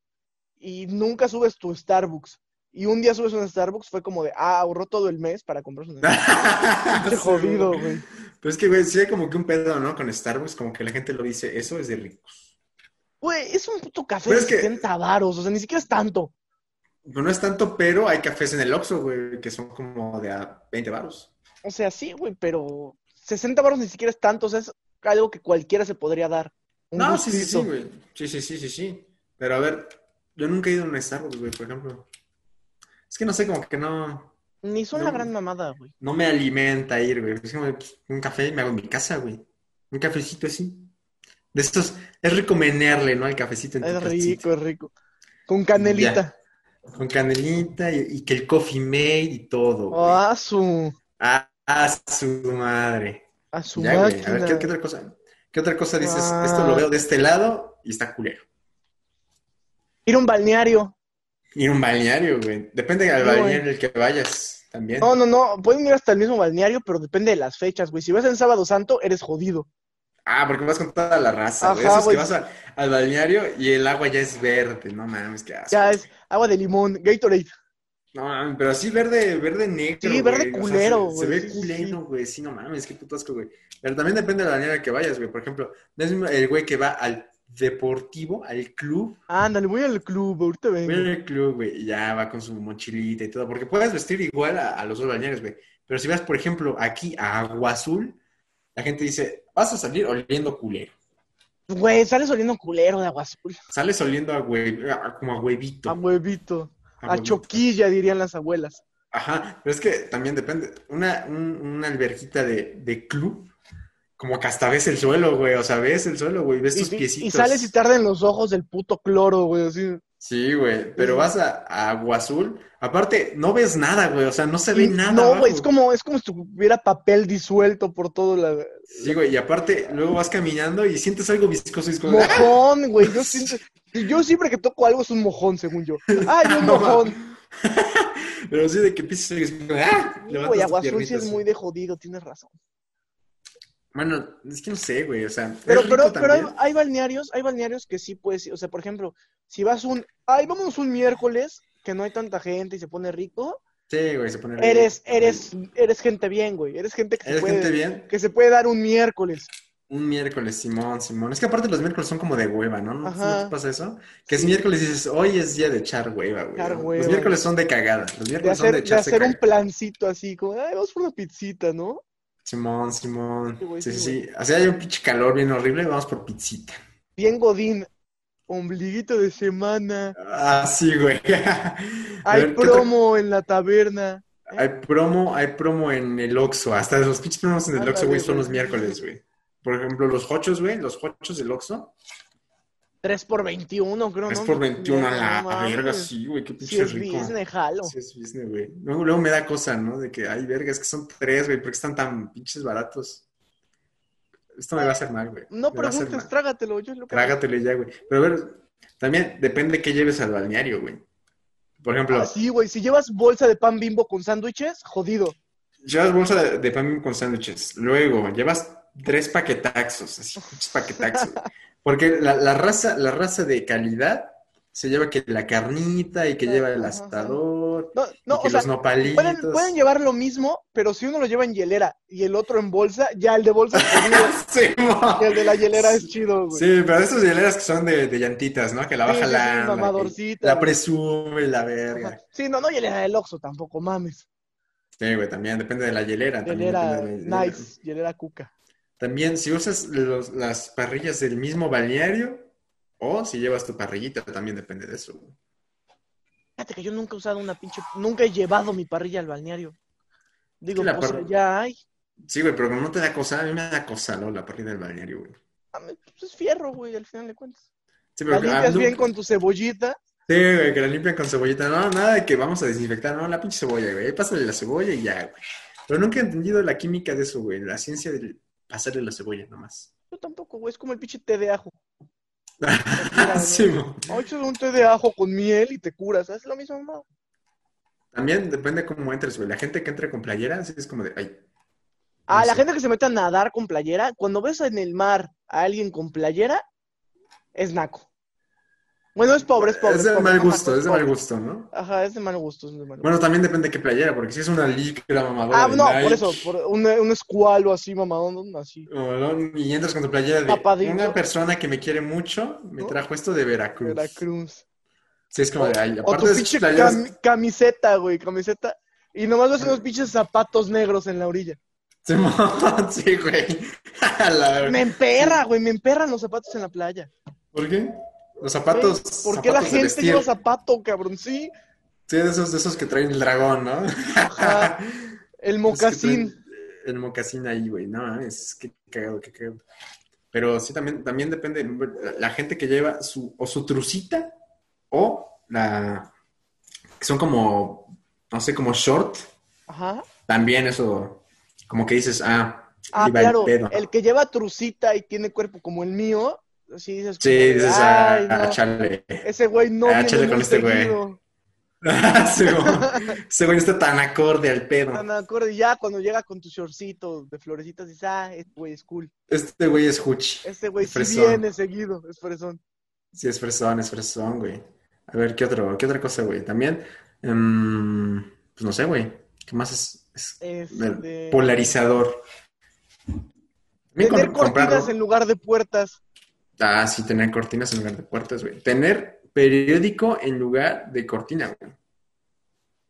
S1: y nunca subes tu Starbucks y un día subes un Starbucks, fue como de, ah, ahorró todo el mes para comprar un
S2: [laughs]
S1: Starbucks. Pinche jodido,
S2: Simón.
S1: güey.
S2: Pero es que, güey, sí hay como que un pedo, ¿no? Con Starbucks, como que la gente lo dice, eso es de ricos.
S1: Güey, es un puto café
S2: Pero
S1: de
S2: es que-
S1: 70 varos, o sea, ni siquiera es tanto.
S2: Pero no es tanto, pero hay cafés en el Oxxo, güey, que son como de a 20 varos.
S1: O sea, sí, güey, pero 60 varos ni siquiera es tanto, o sea, es algo que cualquiera se podría dar. Un
S2: No, sí, sí,
S1: gustito.
S2: sí, güey. Sí, sí, sí, sí, sí. Pero a ver, yo nunca he ido a un Starbucks, güey, por ejemplo. Es que no sé, como que no,
S1: Ni son
S2: No.
S1: la gran mamada, güey.
S2: no me alimenta ir, güey. Es como pues, un café y me hago en mi casa, güey. Un cafecito así. De estos, es rico menearle, ¿no? Al cafecito en tu
S1: Es
S2: casita.
S1: rico, es rico. Con canelita.
S2: Con canelita y, y que el coffee made y todo, güey.
S1: Ah, a su,
S2: Ah, a su madre.
S1: a su
S2: Ya, güey. A
S1: máquina.
S2: ver, ¿qué, qué otra cosa? ¿Qué otra cosa dices?
S1: Ah.
S2: Esto lo veo de este lado y está culero.
S1: Ir a un balneario.
S2: Y un balneario, güey. Depende del
S1: No, güey. Oh.
S2: balneario en el que vayas también.
S1: No, no, no, pueden ir hasta el mismo balneario, pero depende de las fechas, güey. Si vas en Sábado Santo, eres jodido.
S2: Ah, porque vas con toda la raza, güey.
S1: Ajá,
S2: Eso es
S1: güey.
S2: que vas a- al balneario y el agua ya es verde. No mames, qué asco.
S1: Ya es agua de limón, Gatorade.
S2: No mames, pero así verde, verde negro,
S1: Sí, verde
S2: güey. O sea,
S1: culero,
S2: se, se
S1: güey.
S2: ve
S1: Sí, sí,
S2: culero, güey. Sí, no mames, qué puto asco, güey. Pero también depende del balneario al que vayas, güey. Por ejemplo, no es el mismo el güey que va al deportivo, al club.
S1: Ándale, voy al club, ahorita
S2: Voy
S1: vengo.
S2: al club, güey, y ya va con su mochilita y todo. Porque puedes vestir igual a, a los dos balnearios, güey. Pero si vas, por ejemplo, aquí a Agua Azul, la gente dice, vas a salir oliendo culero.
S1: Güey, sales oliendo culero de agua azul.
S2: Sales oliendo a hue- a- como a huevito.
S1: A huevito.
S2: a
S1: A
S2: huevito.
S1: choquilla, dirían las abuelas.
S2: Ajá, pero es que también depende. Una, un- una alberquita de, de club, como que hasta ves el suelo, güey. O sea, ves el suelo, güey, ves
S1: Y,
S2: tus
S1: y-
S2: piecitos.
S1: y sales y tarda en los ojos del puto cloro, güey. Así.
S2: Sí, güey, pero vas a, a Agua Azul. Aparte, no ves nada, güey. O sea, no se ve
S1: Y-
S2: nada.
S1: no, güey,
S2: abajo.
S1: es como, es como si hubiera papel disuelto por todo la.
S2: Sí, güey, y aparte luego vas caminando y sientes algo viscoso y es como... ¡Ah!
S1: Mojón, güey.
S2: [laughs]
S1: Yo siento- yo siempre que toco algo es un mojón, según yo. Ay, un
S2: No,
S1: mojón.
S2: Pero sí, de que pisas y es como... ¡Ah! Levantas
S1: Güey,
S2: tus
S1: agua azul sí
S2: piernitas.
S1: es muy de jodido, tienes razón.
S2: Bueno, es que no sé, güey, o sea...
S1: Pero,
S2: es rico
S1: pero, pero hay,
S2: también.
S1: hay balnearios, hay balnearios que sí puedes, ir. o sea, por ejemplo, si vas un, ay, vamos un miércoles que no hay tanta gente y se pone rico,
S2: Sí, güey, se pone... rico.
S1: eres, eres, eres gente bien, güey, eres gente que se
S2: Eres
S1: puede,
S2: gente bien.
S1: que se puede dar un miércoles.
S2: Un miércoles, Simón, Simón. Es que aparte los miércoles son como de hueva, ¿no? ¿No,
S1: Ajá.
S2: ¿no te pasa eso? Que es miércoles y dices, hoy es día de echar hueva, güey.
S1: Echar
S2: ¿no?
S1: hueva.
S2: Los miércoles son de cagada. Los
S1: De
S2: miércoles son de
S1: hacer, de
S2: echarse
S1: hacer un
S2: cagada.
S1: plancito así, como, ay, vamos por una pizzita, ¿no?
S2: Simón, Simón.
S1: Sí, güey,
S2: Sí, sí,
S1: sí,
S2: sí. Así hay un pinche calor bien horrible, vamos por pizzita. [laughs]
S1: Bien godín, ombliguito de semana,
S2: Ah, sí, güey. [laughs] A
S1: hay
S2: ver, ¿qué otra-
S1: promo en la taberna.
S2: Hay promo, hay promo en el Oxxo. Hasta los pinches promos en el
S1: Ándale,
S2: Oxxo, güey, son
S1: güey.
S2: los miércoles, güey. Por ejemplo, los hochos, güey, los hochos del Oxxo.
S1: 3 por 21, creo,
S2: Es
S1: ¿no?
S2: por 21 a la
S1: No
S2: a verga,
S1: mames.
S2: sí, güey, qué
S1: Si
S2: pinche
S1: es
S2: rico.
S1: business, jalo.
S2: Sí, es business, güey. Luego, luego me da cosa, ¿no? De que, ay, verga, es que son tres, güey, porque están tan pinches baratos. Esto me va a hacer mal, güey.
S1: No
S2: Me va a hacer
S1: preguntes,
S2: mal.
S1: trágatelo. Yo lo
S2: Trágatelo ya, güey. Pero a ver, también depende que lleves al balneario, güey. Por ejemplo,
S1: Así, güey. Si llevas bolsa de pan bimbo con sándwiches, jodido.
S2: llevas bolsa de, de pan con sándwiches. Luego, llevas tres
S1: [laughs]
S2: paquetaxos, así, pinches paquetaxos. Porque la, la raza, la raza de calidad se lleva que la carnita y que lleva el
S1: Ajá.
S2: asador.
S1: No,
S2: y
S1: no,
S2: que
S1: o sea,
S2: los nopalitos.
S1: pueden,
S2: [laughs]
S1: pueden llevar lo mismo, pero si uno lo lleva en hielera y el otro en bolsa, ya el de bolsa es jodido.
S2: Sí, mo.
S1: y el de la hielera es chido, güey.
S2: Sí, pero estos hieleras que son de, de llantitas, ¿no? Que la
S1: Sí, sí,
S2: baja
S1: sí,
S2: la.
S1: mamadorcita,
S2: La
S1: güey.
S2: presume y la verga.
S1: Ajá. Sí, no, no hielera del Oxxo tampoco, mames.
S2: Sí, güey, también depende de la hielera. también
S1: Hielera
S2: depende de la hielera.
S1: nice, hielera cuca.
S2: También, si usas los- las parrillas del mismo balneario o si llevas tu parrillita, también depende de eso. güey.
S1: Fíjate que yo nunca he usado una pinche... Nunca he llevado mi parrilla al balneario. Digo,
S2: Sí, la
S1: pues
S2: par-
S1: ya hay.
S2: Sí, güey, pero como no te da cosa, a mí me da cosa, ¿no? La parrilla del balneario, güey.
S1: Mames, pues es fierro, güey, al final de cuentas.
S2: Sí,
S1: La
S2: pero ah,
S1: limpias
S2: no-
S1: bien con tu cebollita.
S2: Sí, güey, que la limpian con cebollita. No, nada de que vamos a desinfectar, no, la pinche cebolla, güey. Ahí Pásale la cebolla y ya, güey. Pero nunca he entendido la química de eso, güey. La ciencia de pasarle la cebolla nomás.
S1: Yo tampoco, güey, es como el pinche té de
S2: [laughs]
S1: ajo.
S2: Ah, sí, mo.
S1: Hoy hecho un té de ajo con miel y te curas. Es lo mismo, mamá.
S2: También depende cómo entres, güey. La gente que entra con playera, sí es como de, ay.
S1: Ah,
S2: No
S1: la
S2: sé.
S1: gente que se mete a nadar con playera, cuando ves en el mar a alguien con playera, es naco. Bueno, es pobre, es pobre.
S2: Es de
S1: pobre,
S2: mal
S1: no,
S2: gusto,
S1: naco,
S2: es de mal
S1: pobre.
S2: gusto, ¿no?
S1: Ajá, es de mal gusto, es de mal gusto.
S2: Bueno, también depende de qué playera, porque si es una licra mamadora
S1: ah,
S2: de
S1: no,
S2: Nike,
S1: por eso, por un, un escualo así, mamadón, así.
S2: o no, y entras con tu playera de
S1: Tapadito.
S2: una persona que me quiere mucho, me
S1: ¿No?
S2: trajo esto de Veracruz.
S1: Veracruz.
S2: Sí, es como de, ay,
S1: O tu
S2: aparte de sus
S1: pinche
S2: playeras,
S1: cam- camiseta, güey, camiseta. Y nomás ves unos pinches zapatos negros en la orilla.
S2: [laughs] se mo- sí, güey. [laughs] A la-
S1: Me emperra, güey, me emperran los zapatos en la playa.
S2: ¿Por qué? Los zapatos.
S1: Güey, ¿Por qué la
S2: zapatos de
S1: gente
S2: vestir.
S1: lleva zapato, cabrón? Sí.
S2: Sí, de esos, de esos que traen el dragón, ¿no? [laughs]
S1: Ajá. El mocasín.
S2: Es que traen El mocasín ahí, güey. No mames, es que cagado, que cagado. Pero sí, también, también depende la, la gente que lleva su, o su trucita o la. que son como, no sé, como short.
S1: Ajá.
S2: También eso, como que dices, ah,
S1: Ah,
S2: ahí va
S1: claro.
S2: pedo.
S1: El que lleva trucita y tiene cuerpo como el mío, así dices.
S2: Sí,
S1: como de,
S2: dices, ah,
S1: "Ay, no,
S2: ah, chale. [laughs]
S1: Ese güey no.
S2: Ah,
S1: viene
S2: chale
S1: muy
S2: con este güey.
S1: seguido".
S2: Ese güey- ese güey está tan acorde al pedo.
S1: No, no, acuerdo. Y ya cuando llega con tu shortcito de florecitas, dices, ah, este güey es cool.
S2: Este güey es Huchi.
S1: Este güey sí
S2: Fresón.
S1: viene seguido, es fresón.
S2: Sí, es fresón, es fresón, güey. A ver, ¿qué otro, qué otra cosa, güey? También, em, pues no sé, güey. ¿Qué más es, es
S1: Este,
S2: polarizador? También
S1: Tener
S2: com- comprar
S1: cortinas
S2: ro-
S1: en lugar de puertas.
S2: Ah, sí, tener cortinas en lugar de puertas, güey. Tener periódico en lugar de cortina, güey.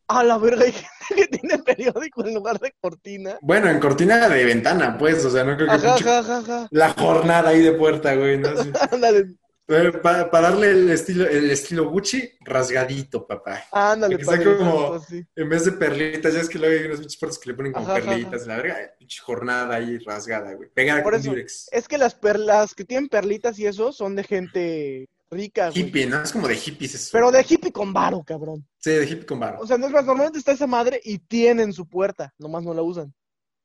S1: A la verga, hay gente que tiene periódico en lugar de cortina.
S2: Bueno, en cortina de ventana, pues, o sea, no creo que
S1: Ajá,
S2: mucho-
S1: ajá, ajá, ajá.
S2: la jornada ahí de puerta, güey, ¿no? Sí. [laughs]
S1: Ándale,
S2: Eh, pa- Para darle el estilo, el estilo Gucci, rasgadito, papá.
S1: ándale,
S2: Que sea
S1: padre,
S2: como-
S1: así.
S2: En vez de perlitas, ya es que luego hay unos pinches puertos que le ponen como
S1: Ajá, ajá,
S2: perlitas, la verga, pinche jornada ahí rasgada, güey. Pegada
S1: Por
S2: con
S1: eso,
S2: Durex.
S1: Es que las perlas que tienen perlitas y eso son de gente rica, güey.
S2: Hippie, ¿no? Es como de hippies eso.
S1: Pero de hippie con varo, cabrón.
S2: Sí, de hippie con barro.
S1: O sea, no es más, normalmente está esa madre y tienen su puerta, nomás no la usan.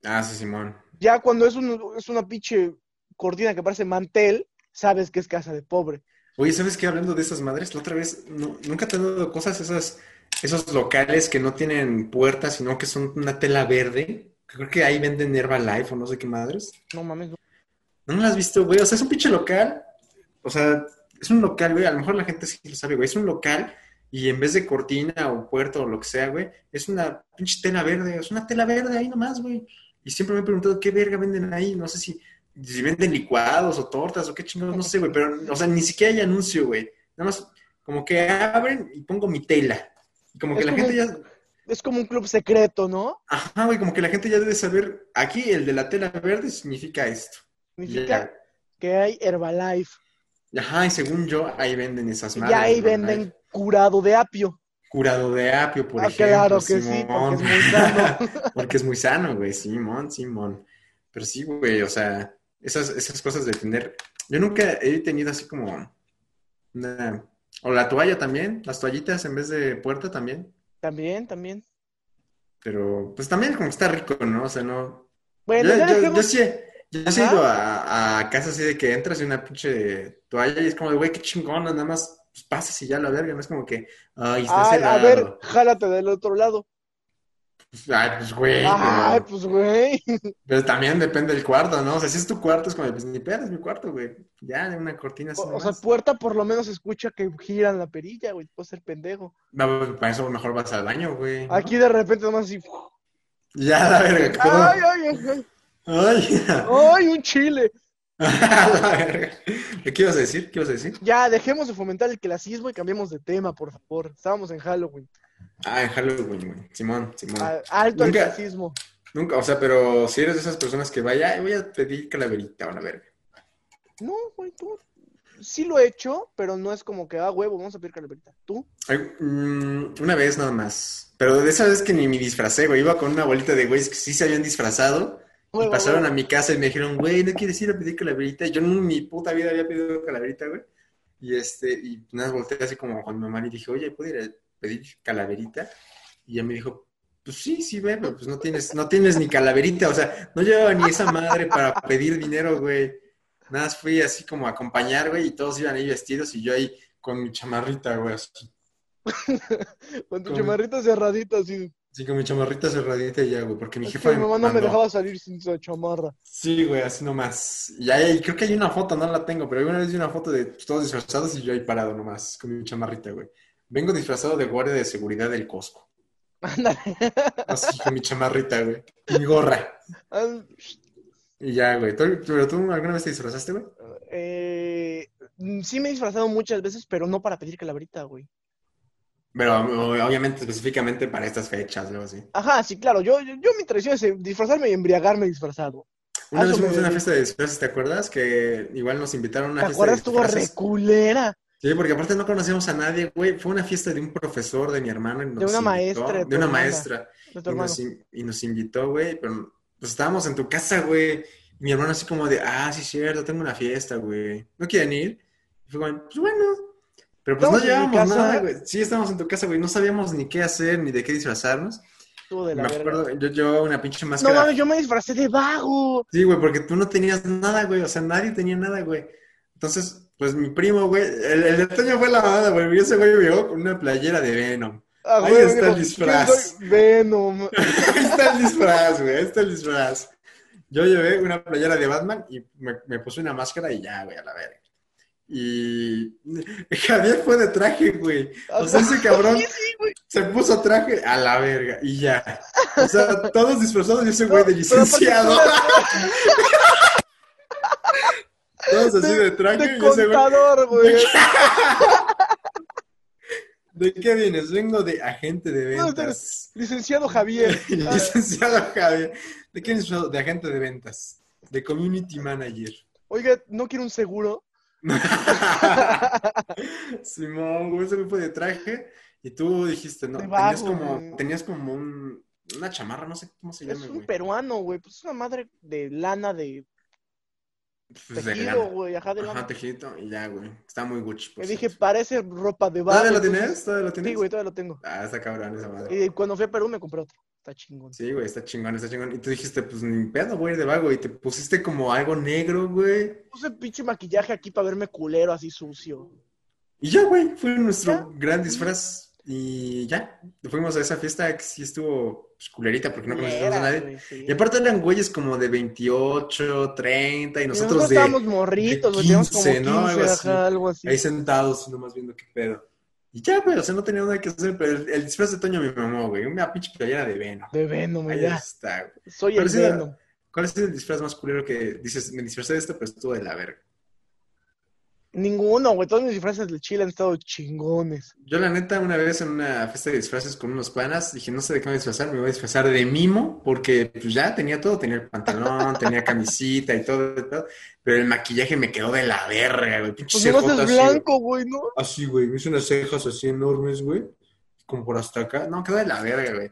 S2: Ah, sí, Simón.
S1: Ya cuando es, un- es una pinche cortina que parece mantel, sabes que es casa de pobre.
S2: Oye, ¿sabes qué? Hablando de esas madres, la otra vez, no- nunca te han dado cosas esas, esos locales que no tienen puertas, sino que son una tela verde. Creo que ahí venden Herbalife o no sé qué madres.
S1: No mames, no.
S2: No me las has visto, güey. O sea, es un pinche local. O sea, es un local, güey. A lo mejor la gente sí lo sabe, güey. Es un local y en vez de cortina o puerto o lo que sea, güey, es una pinche tela verde. Es una tela verde ahí nomás, güey. Y siempre me he preguntado qué verga venden ahí. No sé si, si venden licuados o tortas o qué chingados, no sé, güey. Pero, o sea, ni siquiera hay anuncio, güey. Nada más, como que abren y pongo mi tela. Y como que
S1: Es
S2: la
S1: como-
S2: gente ya.
S1: Es como un club secreto, ¿no?
S2: Ajá, güey, como que la gente ya debe saber. Aquí el de la tela verde significa esto. Y
S1: Significa
S2: ya,
S1: que hay Herbalife.
S2: Ajá, y según yo, ahí venden esas
S1: Y
S2: madres.
S1: ahí
S2: güey.
S1: venden curado de apio.
S2: Curado de apio, por
S1: Ah,
S2: ejemplo.
S1: claro que sí, porque es muy sano.
S2: [laughs] porque es muy sano, güey. Simón, Simón. Pero sí, güey, o sea, esas, esas cosas de tener. Yo nunca he tenido así como una. O la toalla también, las toallitas en vez de puerta también.
S1: También, también.
S2: Pero, pues también como que está rico, ¿no? O sea, no.
S1: Bueno,
S2: yo,
S1: ya
S2: yo-
S1: dejemos-
S2: yo sí, he- yo sí he
S1: Ajá.
S2: ido a, a casas así de que entras y una pinche toalla y es como de, güey, qué chingona, nada más pues pasas y ya la verga, no es como que, ay, está
S1: Ay, a
S2: cerrado.
S1: ver, jálate del otro lado.
S2: Ay, pues güey,
S1: Ay,
S2: pero,
S1: pues güey.
S2: pero también depende del cuarto, ¿no? O sea, si es tu cuarto, es como, pues ni pedo, es mi cuarto, güey. Ya, de una cortina así
S1: O, o sea,
S2: nomás.
S1: puerta por lo menos escucha que giran la perilla, güey. Puede ser pendejo.
S2: No, pues, para eso mejor vas al baño, güey. ¿no?
S1: Aquí de repente nomás así.
S2: Ya, la verga, todo.
S1: Ay, ay, ay, ay,
S2: Ay, [laughs]
S1: ay, un chile.
S2: la verga. ¿Qué ibas a decir? ¿Qué ibas a decir?
S1: Ya, dejemos de fomentar el clasismo y cambiemos de tema, por favor. Estábamos en Halloween.
S2: Ah, en Halloween, güey. Simón, Simón.
S1: Al- alto al
S2: Ah, Nunca-
S1: clasismo.
S2: Nunca, o sea, pero si eres de esas personas que vaya, "Ay, voy a pedir calaverita o la verga.
S1: No, güey, tú. Sí lo he hecho, pero no es como que, ah, huevo, vamos a pedir calaverita. ¿Tú?
S2: Ay, mm, una vez nada más. Pero de esa vez que ni me disfracé, güey. Iba con una bolita de güeyes que sí se habían disfrazado. y
S1: Huevo,
S2: pasaron
S1: huevo.
S2: a mi casa y me dijeron, güey, ¿no quieres ir a pedir calaverita? Yo en mi puta vida había pedido calaverita, güey. Y este, y nada, volteé así como con mi mamá y dije, oye, ¿puedo ir a pedir calaverita? Y ella me dijo, pues sí, sí, ve, pero pues no tienes, no tienes ni calaverita. O sea, no llevaba ni esa madre para pedir dinero, güey. Nada, más fui así como a acompañar, güey, y todos iban ahí vestidos y yo ahí con mi chamarrita, güey, así.
S1: Con tu
S2: ¿Cómo?
S1: chamarrita cerradita, así.
S2: Sí, con mi chamarrita cerradita y ya, güey, porque mi
S1: Es
S2: jefa
S1: que mi mamá no me
S2: mandó.
S1: dejaba salir sin su chamarra.
S2: Sí, güey, así nomás. Y ahí creo que hay una foto, no la tengo, pero alguna vez vi una foto de todos disfrazados y yo ahí parado nomás, con mi chamarrita, güey. Vengo disfrazado de guardia de seguridad del Costco.
S1: [laughs] Ándale.
S2: Así con mi chamarrita, güey. Y mi gorra.
S1: Al-
S2: Y ya, güey. ¿Tú- ¿Pero tú alguna vez te disfrazaste, güey?
S1: Eh, mm, sí me he disfrazado muchas veces, pero no para pedir calaverita, güey.
S2: Pero um, o- obviamente específificamente para estas fechas, luego así.
S1: Ajá, sí, claro. Yo, yo, yo mi tradición es eh, disfrazarme y embriagarme disfrazado.
S2: Una
S1: Ah,
S2: vez
S1: eso
S2: fuimos a
S1: me-
S2: una fiesta de disfraces, ¿te acuerdas? Que igual nos invitaron a una
S1: ¿Te
S2: fiesta de
S1: acuerdas? Estuvo
S2: disfraces.
S1: reculera.
S2: Sí, porque aparte no conocíamos a nadie, güey. Fue una fiesta de un profesor de mi hermano. y nos
S1: una
S2: invitó,
S1: maestra de tu
S2: De una
S1: hermana.
S2: maestra.
S1: De tu
S2: Y
S1: hermano.
S2: nos, in- y nos invitó, güey, pero pues estábamos en tu casa, güey. Y mi hermano así como de, ah, sí, cierto, tengo una fiesta, güey. ¿No quieren ir? Y fue como, pues bueno. Pero pues
S1: Estamos
S2: no
S1: en mi
S2: llevábamos
S1: casa.
S2: nada, güey. Sí, estábamos en tu casa, güey. No sabíamos ni qué hacer, ni de qué disfrazarnos.
S1: Estuvo de
S2: Me
S1: la verga.
S2: acuerdo, yo llevaba una pinche
S1: No
S2: máscara.
S1: mames, yo me disfracé de vago.
S2: Sí, güey, porque tú no tenías nada, güey. O sea, nadie tenía nada, güey. Entonces, pues mi primo, güey. El, el detalle fue la mamada, güey. y Ese güey llegó con una playera de Venom.
S1: Ah,
S2: Ahí
S1: güey,
S2: está el
S1: digo,
S2: disfraz.
S1: ¿quién soy? [laughs] Venom.
S2: Ahí está el disfraz, güey. Ahí está el disfraz. Yo llevé una playera de Batman y me, me puse una máscara y ya, güey, a la verga. Y [laughs] Javier fue de traje, güey. O sea, ese cabrón
S1: Sí, sí, güey.
S2: se puso traje a la verga y ya. O sea, todos disfrazados y ese güey de
S1: pero aparte
S2: licenciado.
S1: [laughs]
S2: Todos así de traje
S1: De
S2: y ese güey.
S1: contador, güey.
S2: ¿De qué vienes? Vengo de agente de
S1: No, eh,
S2: ventas.
S1: Licenciado
S2: [laughs]
S1: Javier.
S2: Licenciado Javier. ¿De qué vienes? De agente de ventas. De community manager.
S1: Oiga, ¿no quiere un seguro?
S2: Simón, güey, ese grupo de traje. Y tú dijiste, no,
S1: De
S2: tenías
S1: vago,
S2: como,
S1: güey.
S2: tenías como un- una chamarra, no sé cómo se
S1: Es
S2: llama,
S1: un
S2: güey.
S1: peruano, güey. Pues es una madre de lana de
S2: Pues de
S1: tejido,
S2: lana.
S1: güey. Ajá, de lana.
S2: Ajá, tejido, y ya, güey. Está muy Gucci. por
S1: Me
S2: cierto.
S1: dije, parece ropa de
S2: ¿Todavía
S1: barrio.
S2: lo tienes? ¿Todavía lo tienes?
S1: Sí, güey, todavía lo tengo.
S2: Ah, está cabrón esa madre.
S1: Y cuando fui a Perú me compré otro. Está chingón.
S2: Sí, güey, está chingón, está chingón. Y tú dijiste, pues ni pedo, güey, de vago. Y te pusiste como algo negro, güey.
S1: Puse pinche maquillaje aquí para verme culero, así sucio.
S2: Y ya, güey, fue nuestro
S1: Ya.
S2: gran disfraz. Y ya, fuimos a esa fiesta que sí estuvo pues, culerita porque no conocíamos a
S1: Culera,
S2: nadie.
S1: güey, sí.
S2: Y aparte eran güeyes como de 28, 30 y
S1: Y
S2: nosotros de
S1: estábamos morritos, güey. Teníamos como
S2: 15,
S1: 15,
S2: ¿no? Algo así.
S1: ajá, algo así.
S2: ahí sentados y nomás viendo qué pedo. Y ya, güey, o sea, no tenía nada que hacer, pero el, el disfraz de Toño me mamó, güey. Una pinche playera de Venom.
S1: De Venom,
S2: Ahí
S1: güey, ya.
S2: está, güey.
S1: Soy el
S2: Pero sí, ah.
S1: Venom.
S2: ¿Cuál es el disfraz más culero que dices, me disfrazé de esto, pero estuvo de la verga?
S1: Ninguno, güey. Todos mis disfraces del Chile han estado chingones.
S2: Yo, la neta, una vez en una fiesta de disfraces con unos panas, dije, no sé de qué me voy a disfrazar, me voy a disfrazar de mimo, porque pues ya tenía todo, tenía el pantalón, tenía camisita y todo, y todo, pero el maquillaje me quedó de la verga, güey. Pinche
S1: Pues no
S2: cejota
S1: es
S2: así, güey.
S1: blanco, güey, ¿no?
S2: Así, güey. Me hice unas cejas así enormes, güey. Como por hasta acá. No, quedó de la verga, güey.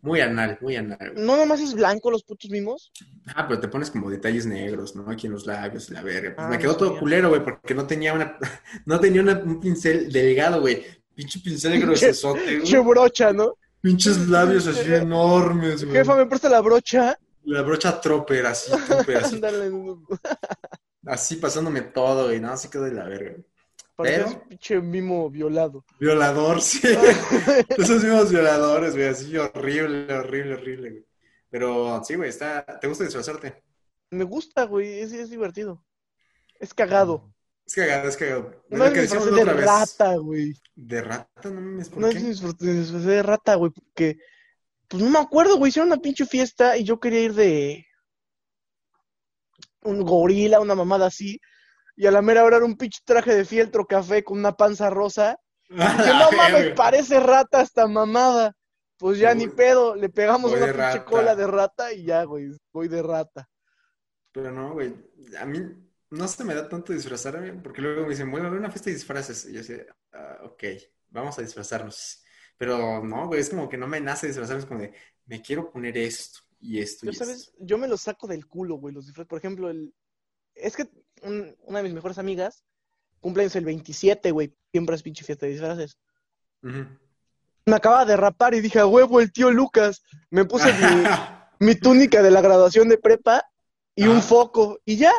S2: Muy anal, muy anal, güey.
S1: No nomás es blanco los putos mimos.
S2: Ah, pero te pones como detalles negros, ¿no? Aquí en los labios, la verga. Pues
S1: Ah,
S2: me
S1: no
S2: quedó todo
S1: sabía.
S2: culero, güey, porque no tenía una... [laughs] No tenía una- un pincel delgado, güey. Pinche
S1: [laughs]
S2: pincel gruesote,
S1: Che
S2: güey.
S1: brocha, ¿no?
S2: Pinches labios así enormes, güey.
S1: Jefa, me presta la brocha.
S2: La brocha tropper, así, tropper, así.
S1: Ándale.
S2: Así pasándome todo, güey. No, así quedó de la verga, güey.
S1: Parecías pinche mimo violado.
S2: Violador,
S1: [laughs]
S2: sí. Esos mismos violadores, güey, así horrible, horrible, horrible, güey. Pero sí, güey, está... ¿te gusta disfrazarte?
S1: Me gusta, güey, es, es divertido. Es cagado.
S2: Es cagado, es cagado. Ah,
S1: No
S2: Es lo
S1: es
S2: que
S1: mi
S2: decimos
S1: disfraz
S2: la
S1: de
S2: otra vez.
S1: rata, güey.
S2: ¿De rata? No mames, ¿por
S1: No
S2: qué? [laughs]
S1: es mi disfraz- mi disfraz de rata, güey, porque... Pues no me acuerdo, güey, hicieron una pinche fiesta y yo quería ir de... Un gorila, una mamada así. Y a la mera hora era un pinche traje de fieltro café con una panza rosa.
S2: [laughs]
S1: Que no mames, parece rata esta mamada. Pues ya
S2: Voy-
S1: ni pedo, le pegamos
S2: voy
S1: una
S2: de
S1: pinche
S2: rata.
S1: cola de rata y ya, güey, voy de rata.
S2: Pero no, güey. A mí no se me da tanto disfrazarme porque luego me dicen, bueno, a haber una fiesta de disfraces. Y yo así, "Ah, ok, vamos a disfrazarnos. Pero no, güey, es como que no me nace disfrazarme. Es como de, me quiero poner esto y esto
S1: Yo,
S2: y
S1: ¿sabes?
S2: esto.
S1: Yo me los saco del culo, güey, los disfraces. Por ejemplo, el... es que un- una de mis mejores amigas, cumpleaños el 27, güey, siempre es pinche fiesta de disfraces.
S2: Ujú.
S1: Me acaba de rapar y dije, a huevo, el tío Lucas. Me puse
S2: [laughs]
S1: mi, mi túnica de la graduación de prepa y un
S2: Ajá.
S1: foco. Y ya,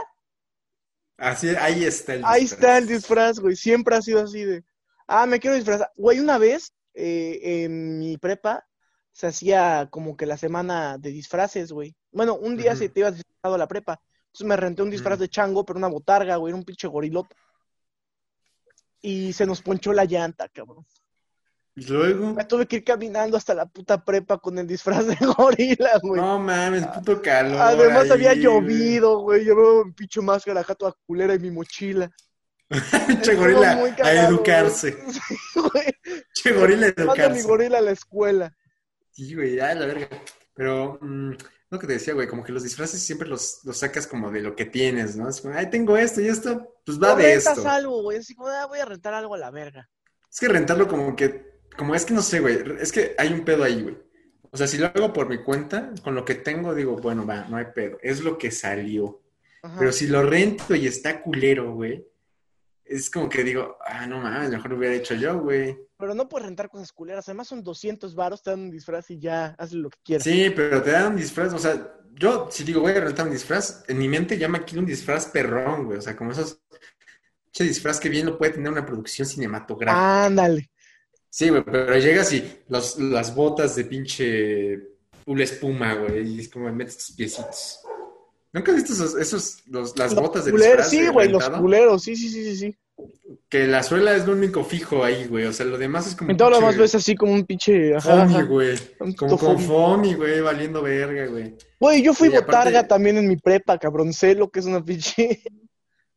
S2: Así, ahí está el
S1: Ahí
S2: disfraz.
S1: está el disfraz, güey. Siempre ha sido así de, ah, me quiero disfrazar. Güey, una vez eh, en mi prepa se hacía como que la semana de disfraces, güey. Bueno, un día
S2: Ujú.
S1: se te iba disfrazado a la prepa. Entonces me renté un disfraz
S2: Ujú.
S1: de chango, pero una botarga, güey, era un pinche gorilote. Y se nos ponchó la llanta, cabrón.
S2: Y luego,
S1: Me tuve que ir caminando hasta la puta prepa con el disfraz de [laughs] gorila, güey.
S2: no mames, puto calor.
S1: Además había
S2: ahí, güey. [laughs]
S1: llovido, güey. Llevaba mi pinche máscara, acá toda culera y mi mochila.
S2: Che
S1: Estuvo
S2: gorila,
S1: muy
S2: a
S1: cagado,
S2: educarse.
S1: güey. Sí, güey.
S2: Che gorila, a
S1: Manda mi
S2: educarse.
S1: gorila a la escuela.
S2: Sí, güey, ya la verga. Pero mm, lo que te decía, güey, como que los disfraces siempre los, los sacas como de lo que tienes, ¿no? Es como, ay, tengo esto y esto, pues va
S1: O
S2: de
S1: rentas
S2: esto.
S1: algo, güey. Así como, ah, voy a rentar algo a la verga.
S2: Es que rentarlo como que, como es que no sé, güey, es que hay un pedo ahí, güey. O sea, si lo hago por mi cuenta, con lo que tengo, digo, bueno, va, no hay pedo, es lo que salió.
S1: Ajá.
S2: Pero si lo rento y está culero, güey, es como que digo, ah, no mames, mejor lo hubiera hecho yo, güey.
S1: Pero no puedes rentar cosas culeras. Además son 200 varos, te dan un disfraz y ya, haz lo que quieras.
S2: Sí, pero te dan un disfraz, o sea, yo si digo voy a rentar un disfraz, en mi mente ya me quiero un disfraz perrón, güey, o sea, como esos, che disfraz que bien lo puede tener una producción cinematográfica.
S1: Ah. Ándale.
S2: Sí, güey, pero llegas y los- las botas de pinche pula espuma, güey, y es como metes tus piecitos. ¿Nunca has visto esos, esos- los- las
S1: Los
S2: botas de
S1: culeros,
S2: disfraz?
S1: sí,
S2: de
S1: güey, los
S2: rentado?
S1: culeros. Sí, sí, sí, sí, sí.
S2: Que la suela es lo único fijo ahí, güey, o sea, lo demás es como
S1: Y todo lo
S2: Mm, pinche
S1: más ves así como un pinche... Ajá,
S2: foamy,
S1: ajá.
S2: güey,
S1: Un
S2: como con
S1: foamy.
S2: foamy, güey, valiendo verga, güey.
S1: Güey, yo fui
S2: Y aparte-
S1: botarga también en mi prepa, cabrón. Sé lo que es una pinche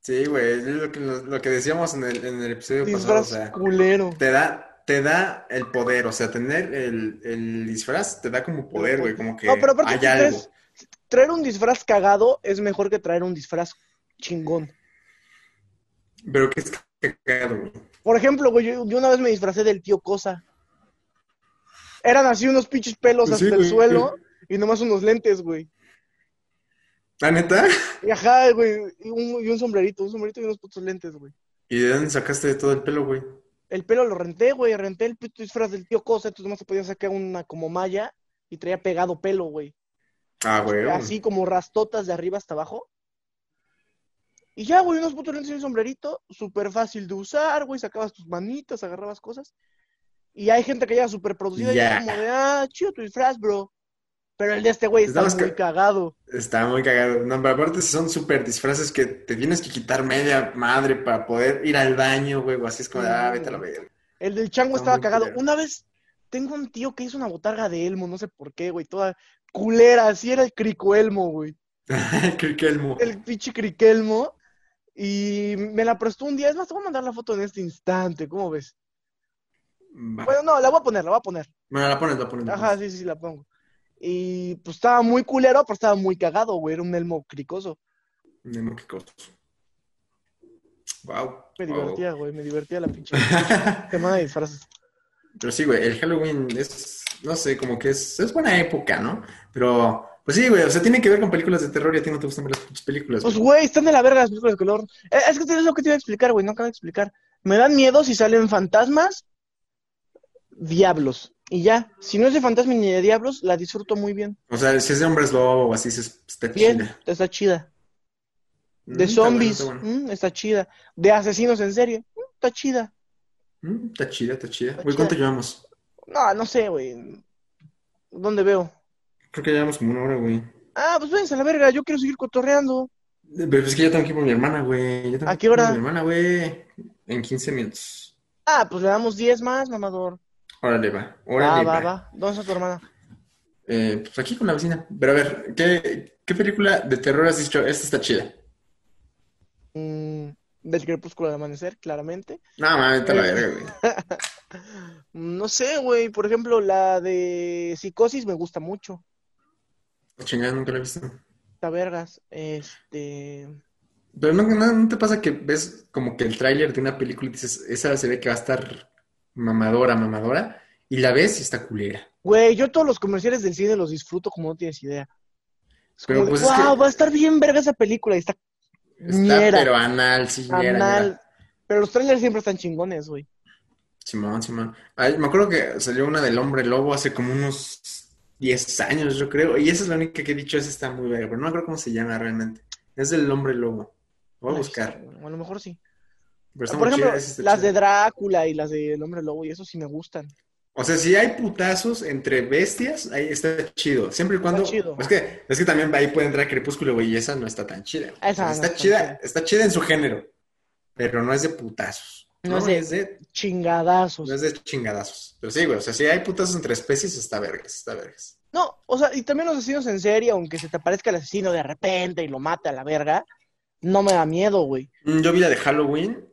S2: Sí, güey, es lo que, lo, lo que decíamos en el, en el episodio pasado, o
S1: disfraz
S2: sea,
S1: culero.
S2: te da, te da el poder, o sea, tener el, el disfraz te da como poder, güey, como que
S1: No, pero aparte
S2: hay
S1: si
S2: algo.
S1: traes- traer un disfraz cagado es mejor que traer un disfraz chingón.
S2: Pero que es cagado, güey.
S1: Por ejemplo, güey, yo, yo una vez me disfracé del tío Cosa. Eran así unos pinches pelos
S2: Pues sí,
S1: hasta el
S2: güey.
S1: suelo y nomás unos lentes, güey.
S2: ¿La neta?
S1: Y ajá, güey, y un, y un sombrerito, un sombrerito y unos putos lentes, güey.
S2: ¿Y de dónde sacaste todo el pelo, güey?
S1: El pelo lo renté, güey, renté el puto disfraz del tío Cosa, entonces nomás te podías sacar una como malla y traía pegado pelo, güey.
S2: Ah, güey.
S1: Así como rastotas de arriba hasta abajo. Y ya, güey, unos putos lentes y un sombrerito, súper fácil de usar, güey, sacabas tus manitas, agarrabas cosas. Y hay gente que llega súper producida y
S2: Ya.
S1: es como de, ah, chido tu disfraz, bro. Pero el de este güey está
S2: Nada más
S1: muy
S2: Pues que-
S1: cagado.
S2: Está muy cagado. No, pero aparte son súper disfraces que te tienes que quitar media madre para poder ir al baño, güey, o así es como, ah, vete
S1: Mm.
S2: a la verga. [laughs]
S1: El del chango
S2: Está
S1: estaba
S2: muy
S1: cagado.
S2: culero.
S1: Una vez tengo un tío que hizo una botarga de Elmo, no sé por qué, güey, toda culera, así era el cricoelmo, güey.
S2: Creo que el mo-
S1: El pinche criquelmo. Y me la prestó un día. Es más, te voy a mandar la foto en este instante, ¿cómo ves?
S2: Va.
S1: Bueno, no, la voy a poner, la voy a poner.
S2: Bueno, la pones, la pones. la
S1: Ajá,
S2: pones.
S1: sí, sí, sí, la pongo. Y pues estaba muy culero, pero estaba muy cagado, güey. Era un elmo cricoso.
S2: Nemo, qué cosa. Wow.
S1: Me divertía, güey. Me divertía la pinche semana de disfraces.
S2: [laughs] Pero sí, güey, el Halloween es, no sé, como que es, es buena época, ¿no? Pero, pues sí, güey, o sea, tiene que ver con películas de terror y a ti no te gustan ver las pinches películas.
S1: Pues,
S2: güey.
S1: güey, están de la verga las películas de color. Eh, Es que es lo que te iba a explicar, güey. No acabo de explicar. Me dan miedo si salen fantasmas, diablos. Y ya. Si no es de fantasmas ni de diablos, la disfruto muy bien.
S2: O sea, si es de hombres lobo o así, si es, está
S1: Bien,
S2: chida.
S1: está chida.
S2: Mm,
S1: De
S2: está bueno,
S1: zombies,
S2: está bueno.
S1: mm, está chida. De asesinos en serie, mm, está chida.
S2: Mm, Está chida, está chida.
S1: Está
S2: Güey, ¿cuánto
S1: chida.
S2: llevamos?
S1: No, no sé, güey. ¿Dónde veo?
S2: Creo que llevamos como una hora, güey.
S1: Ah, pues váyanse a la verga, yo quiero seguir cotorreando.
S2: Pero es que yo tengo que ir por mi hermana, güey. Yo tengo
S1: ¿A
S2: que
S1: qué
S2: ir por
S1: hora?
S2: Mi hermana, güey. En 15 minutos.
S1: Ah, pues le damos 10 más, mamador.
S2: Órale, va.
S1: Va,
S2: Órale,
S1: va,
S2: va.
S1: va. ¿Dónde está tu hermana?
S2: Eh, pues aquí con la vecina. Pero a ver, ¿qué, qué película de terror has dicho? Esta está chida.
S1: Mm, del crepúsculo al amanecer, claramente.
S2: No, mames, vete a
S1: Eh.
S2: la verga, güey.
S1: Mm, No sé, güey. Por ejemplo, la de Psicosis me gusta mucho.
S2: Chingada, nunca la he visto.
S1: Está vergas. Este.
S2: Pero no, no, ¿no te pasa que ves como que el tráiler de una película y dices, esa se ve que va a estar mamadora, mamadora, y la ves y está culera.
S1: Güey, yo todos los comerciales del cine los disfruto como no tienes idea. Es
S2: Pero
S1: como
S2: pues
S1: de,
S2: es que-
S1: wow, va a estar bien verga esa película. Y está
S2: Está
S1: Ñera.
S2: pero anal, sí, ñera,
S1: anal.
S2: ñera.
S1: Pero los trailers siempre están chingones, güey.
S2: Simón, Simón. Ay, me acuerdo que salió una del Hombre Lobo hace como unos 10 años, yo creo. Y esa es la única que he dicho, esa está muy verga, pero no me acuerdo cómo se llama realmente. Es del Hombre Lobo. Lo voy a
S1: Ay,
S2: buscar.
S1: sí, A lo mejor sí.
S2: Pero está
S1: Por
S2: muy
S1: ejemplo,
S2: chida, esa está
S1: las de
S2: chida.
S1: Drácula y las de El Hombre Lobo, y eso sí me gustan.
S2: O sea, si hay putazos entre bestias, ahí está chido. Siempre y cuando.
S1: Está chido.
S2: Es que, es que también ahí puede entrar Crepúsculo, güey, y esa no está tan chida.
S1: Esa
S2: O sea,
S1: no
S2: está
S1: está
S2: chida,
S1: chida.
S2: está chida en su género, pero no es de putazos.
S1: No es de- Chingadazos.
S2: No es de chingadazos. Pero sí, güey, o sea, si hay putazos entre especies, está vergas, está vergas.
S1: No, o sea, y también los asesinos en serie, aunque se te aparezca el asesino de repente y lo mate a la verga, no me da miedo, güey.
S2: Mm, Yo vi la de Halloween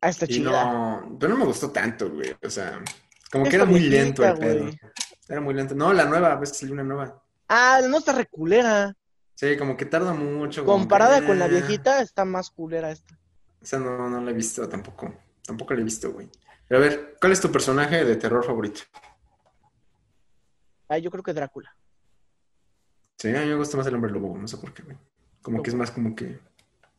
S1: Ah, está
S2: y
S1: chida.
S2: no, pero no me gustó tanto, güey. O sea, como
S1: Es
S2: que era muy
S1: viejita,
S2: lento el pedo.
S1: güey.
S2: Era muy lento. No, la nueva, ves que salió una nueva.
S1: Ah, no está reculera.
S2: Sí, como que tarda mucho. como
S1: Comparada
S2: que-
S1: con la viejita, está más culera esta.
S2: Esa no, no la he visto tampoco. Tampoco la he visto, güey. Pero a ver, ¿cuál es tu personaje de terror favorito?
S1: Ah, yo creo que Drácula.
S2: Sí, a mí me gusta más el hombre lobo, no sé por qué, güey. Como que es más como que.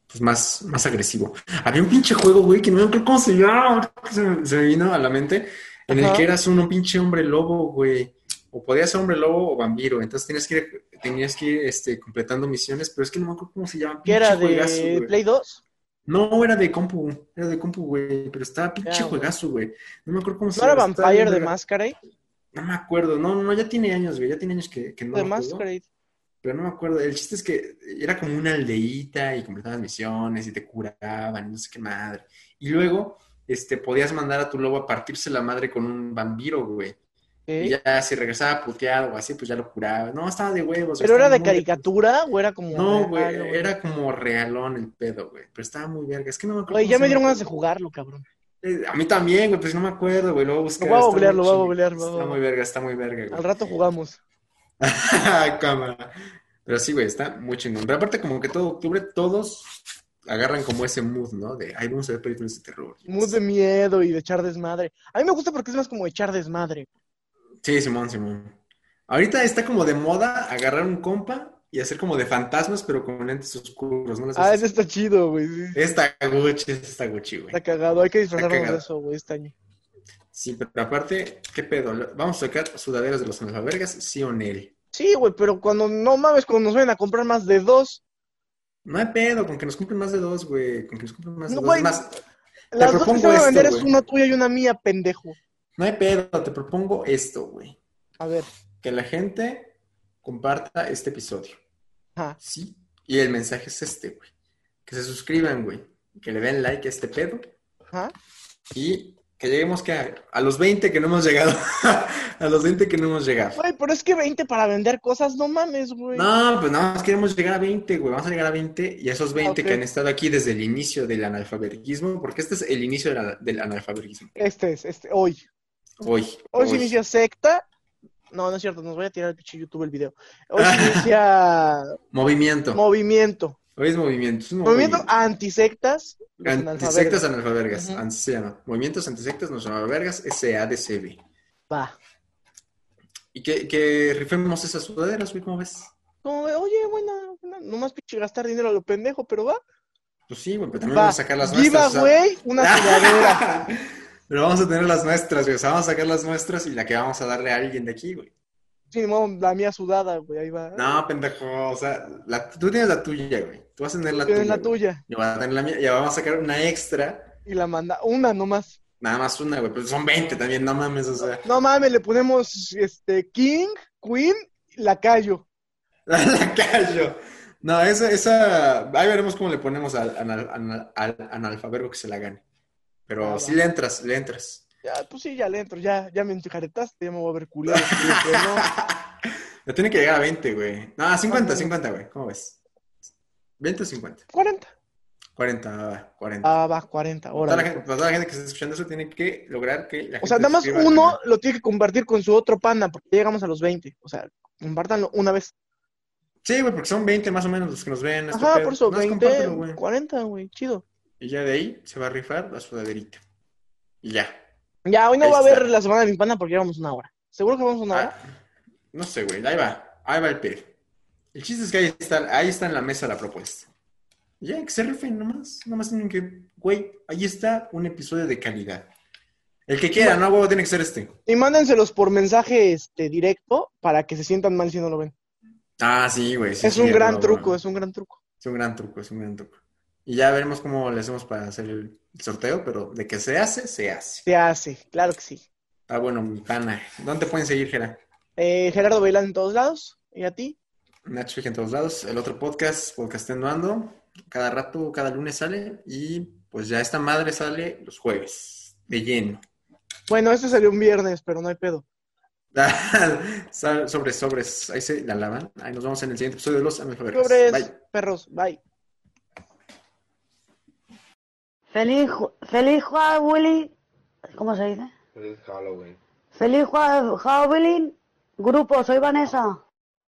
S2: Pues más, más agresivo. Había un pinche juego, güey, que no me acuerdo cómo se llama, ahorita se me, se me vino a la mente, en el
S1: Ajá.
S2: que eras un pinche hombre lobo, güey. O podías ser hombre lobo o vampiro. Entonces tenías que ir, tenías que ir este, completando misiones, pero es que no me acuerdo cómo se llama.
S1: ¿Qué era
S2: pinche
S1: de
S2: juegazo, güey.
S1: Play 2?
S2: No, era de compu, era de compu, güey, pero estaba pinche
S1: Ya, güey.
S2: juegazo, güey. No me acuerdo cómo se
S1: ¿No era
S2: llama, estaba bien
S1: Vampire de
S2: verga.
S1: Masquerade?
S2: No me acuerdo, no, no, ya tiene años, güey, ya tiene años que, que no
S1: De
S2: lo juego,
S1: Masquerade.
S2: pero no me acuerdo. El chiste es que era como una aldeíta y completabas misiones y te curaban y no sé qué madre. Y luego, este, podías mandar a tu lobo a partirse la madre con un vampiro, güey.
S1: ¿eh?
S2: Y ya si regresaba puteado o así, pues ya lo curaba. No, estaba de huevos. güey,
S1: ¿Pero era
S2: estaba
S1: de
S2: pues, muy-
S1: caricatura o era como...
S2: No,
S1: real,
S2: güey, eh, era como realón el pedo, güey, pero estaba muy verga. Es que no me acuerdo.
S1: Güey,
S2: cómo
S1: ya
S2: se
S1: me dieron
S2: llama.
S1: ganas de jugarlo, cabrón.
S2: Eh, A mí también, güey, pues no me acuerdo, güey. Lo voy a buscar.
S1: Lo voy a
S2: está
S1: googlear,
S2: muy
S1: lo voy a
S2: chingón.
S1: googlear, lo voy a
S2: Está muy
S1: googlear.
S2: verga, está muy verga,
S1: Al
S2: güey.
S1: rato jugamos.
S2: [laughs] Cámara. Pero sí, güey, está muy chingón. Pero aparte, como que todo octubre, todos agarran como ese mood, ¿no? De, ay, vamos a ver películas de terror.
S1: Muy de miedo y de echar desmadre. A mí me gusta porque es más como echar desmadre.
S2: Sí, Simón, Simón. Ahorita está como de moda agarrar un compa y hacer como de fantasmas, pero con lentes oscuros, ¿no? Las
S1: Ah,
S2: veces-
S1: eso está chido, güey. sí, sí.
S2: Está Gucci, está Gucci, güey.
S1: Está cagado. Hay que disfrazarnos
S2: cagado.
S1: de eso, güey, este año.
S2: Sí, pero aparte, ¿qué pedo? ¿Vamos a sacar sudaderas de los alfabergas? Sí o Nel.
S1: Sí, güey, pero cuando no mames, cuando nos vayan a comprar más de dos,
S2: No hay pedo, con que nos cumplen más de dos, güey. Con que nos cumplen más de
S1: No,
S2: dos.
S1: güey.
S2: Más,
S1: las dos que
S2: propongo
S1: se van a
S2: esto,
S1: vender es
S2: güey.
S1: una tuya y una mía, pendejo.
S2: no hay pedo, te propongo esto, güey.
S1: A ver,
S2: Que la gente comparta este episodio.
S1: ajá.
S2: Sí. Y el mensaje es este, güey. Que se suscriban, güey. Que le den like a este pedo.
S1: Ajá.
S2: Y que lleguemos que a, a los 20 que no hemos llegado. [laughs] a los 20 que no hemos llegado.
S1: Güey, pero es que 20 para vender cosas, no mames, güey.
S2: No, pues nada más queremos llegar a 20, güey. Vamos a llegar a 20 y a esos 20
S1: Ok.
S2: que han estado aquí desde el inicio del analfabetismo, porque este es el inicio del, ana- del analfabetismo.
S1: Este es, este, hoy.
S2: Hoy.
S1: Hoy se inicia secta. No, no es cierto, nos voy a tirar el pinche YouTube el video. Hoy se
S2: [laughs]
S1: inicia
S2: Movimiento.
S1: movimiento.
S2: Hoy es movimiento. es un
S1: Movimiento antisectas. los
S2: Antisectas
S1: analfabetas.
S2: analfabergas.
S1: Ujú.
S2: Antes se llama. Movimientos antisectas no vergas SADCB.
S1: Va.
S2: Y que, que rifemos esas sudaderas, güey, ¿cómo ves?
S1: Como, de, oye, buena, buena, nomás pinche gastar dinero a lo pendejo, pero va.
S2: Pues sí, güey, pero también
S1: Va.
S2: vamos a sacar las nuestras. o sea-
S1: Giveaway, una
S2: [laughs]
S1: sudadera.
S2: pero vamos a tener las nuestras, güey. O sea, vamos a sacar las nuestras y la que vamos a darle a alguien de aquí, güey.
S1: Sí, ni modo, la mía sudada, güey, ahí va.
S2: No, pendejo. O sea, la- tú tienes la tuya, güey. Tú vas a tener la
S1: Pero
S2: tuya.
S1: en la
S2: güey.
S1: tuya.
S2: Yo voy a tener la mía. Ya vamos a sacar una extra
S1: Y la manda, una nomás.
S2: Nada más una, güey. Pero son 20 también, no mames, o sea.
S1: No mames, le ponemos este King, Queen, Lacayo.
S2: [laughs] La callo. No, esa, esa. Ahí veremos cómo le ponemos al, anal- anal- al analfabeto que se la gane.
S1: Ah,
S2: Pero
S1: va.
S2: sí le entras, le entras.
S1: Ya, pues sí, ya le entro, ya, ya me encaretaste, ya me voy a ver
S2: [laughs]
S1: culero. creo que no.
S2: Le tiene que llegar a 20, güey. No, 50,
S1: Ah,
S2: 50, güey. ¿Cómo ves? ¿20 o 50?
S1: 40.
S2: 40, va, va, 40.
S1: Ah, va, 40.
S2: Toda la
S1: Ahora.
S2: gente- para toda la gente que está escuchando eso tiene que lograr que la
S1: O sea,
S2: gente
S1: nada más
S2: escriba.
S1: uno lo tiene que compartir con su otro panda, porque ya llegamos a los 20. O sea, compártanlo una vez.
S2: Sí, güey, porque son 20 más o menos los que nos ven. este
S1: Ajá,
S2: pedo.
S1: por eso,
S2: Nada más compártelo,
S1: 20,
S2: güey.
S1: 40, güey, chido.
S2: Y ya de ahí se va a rifar la sudaderita. Y ya.
S1: Ya, hoy no
S2: Ahí
S1: va a
S2: está.
S1: haber la semana de mi panda porque llevamos una hora. ¿Seguro que vamos una hora?
S2: Ah, no sé, güey. Ahí va. Ahí va el pedo. El chiste es que ahí está, ahí está en la mesa la propuesta. Y Ya, que se rifen nomás. Nomás tienen que, güey, ahí está un episodio de calidad. El que quiera, no, huevo, tiene que ser este.
S1: Y mándenselos por mensaje este, directo para que se sientan mal si no lo ven.
S2: Ah, sí, güey. sí,
S1: es
S2: sí,
S1: un
S2: a
S1: gran
S2: huevo,
S1: truco,
S2: güey.
S1: es un gran truco.
S2: Es un gran truco, es un gran truco. Y ya veremos cómo le hacemos para hacer el sorteo, pero de que se hace, se hace.
S1: Se hace, claro que sí.
S2: Ah, bueno, mi pana. ¿Dónde te pueden seguir, Gera?
S1: Eh, Gerardo Bailán en todos lados. ¿Y a ti?
S2: Nacho Fija en todos lados. El otro podcast, Podcastendo Ando. Cada rato, cada lunes sale. Y pues ya esta madre sale los jueves. De lleno. [laughs]
S1: Bueno, este salió un viernes, pero no hay pedo.
S2: Sal- sobres, sobres. Ahí se la lavan. Ahí nos vemos en el siguiente episodio de Los Analfabetos.
S1: Pobres
S2: Pues, Bye.
S1: perros, bye.
S3: Feliz, ju- feliz Halloween. ¿Cómo se dice?
S4: Feliz Halloween.
S3: Feliz Jua- Halloween. Grupo, soy Vanessa.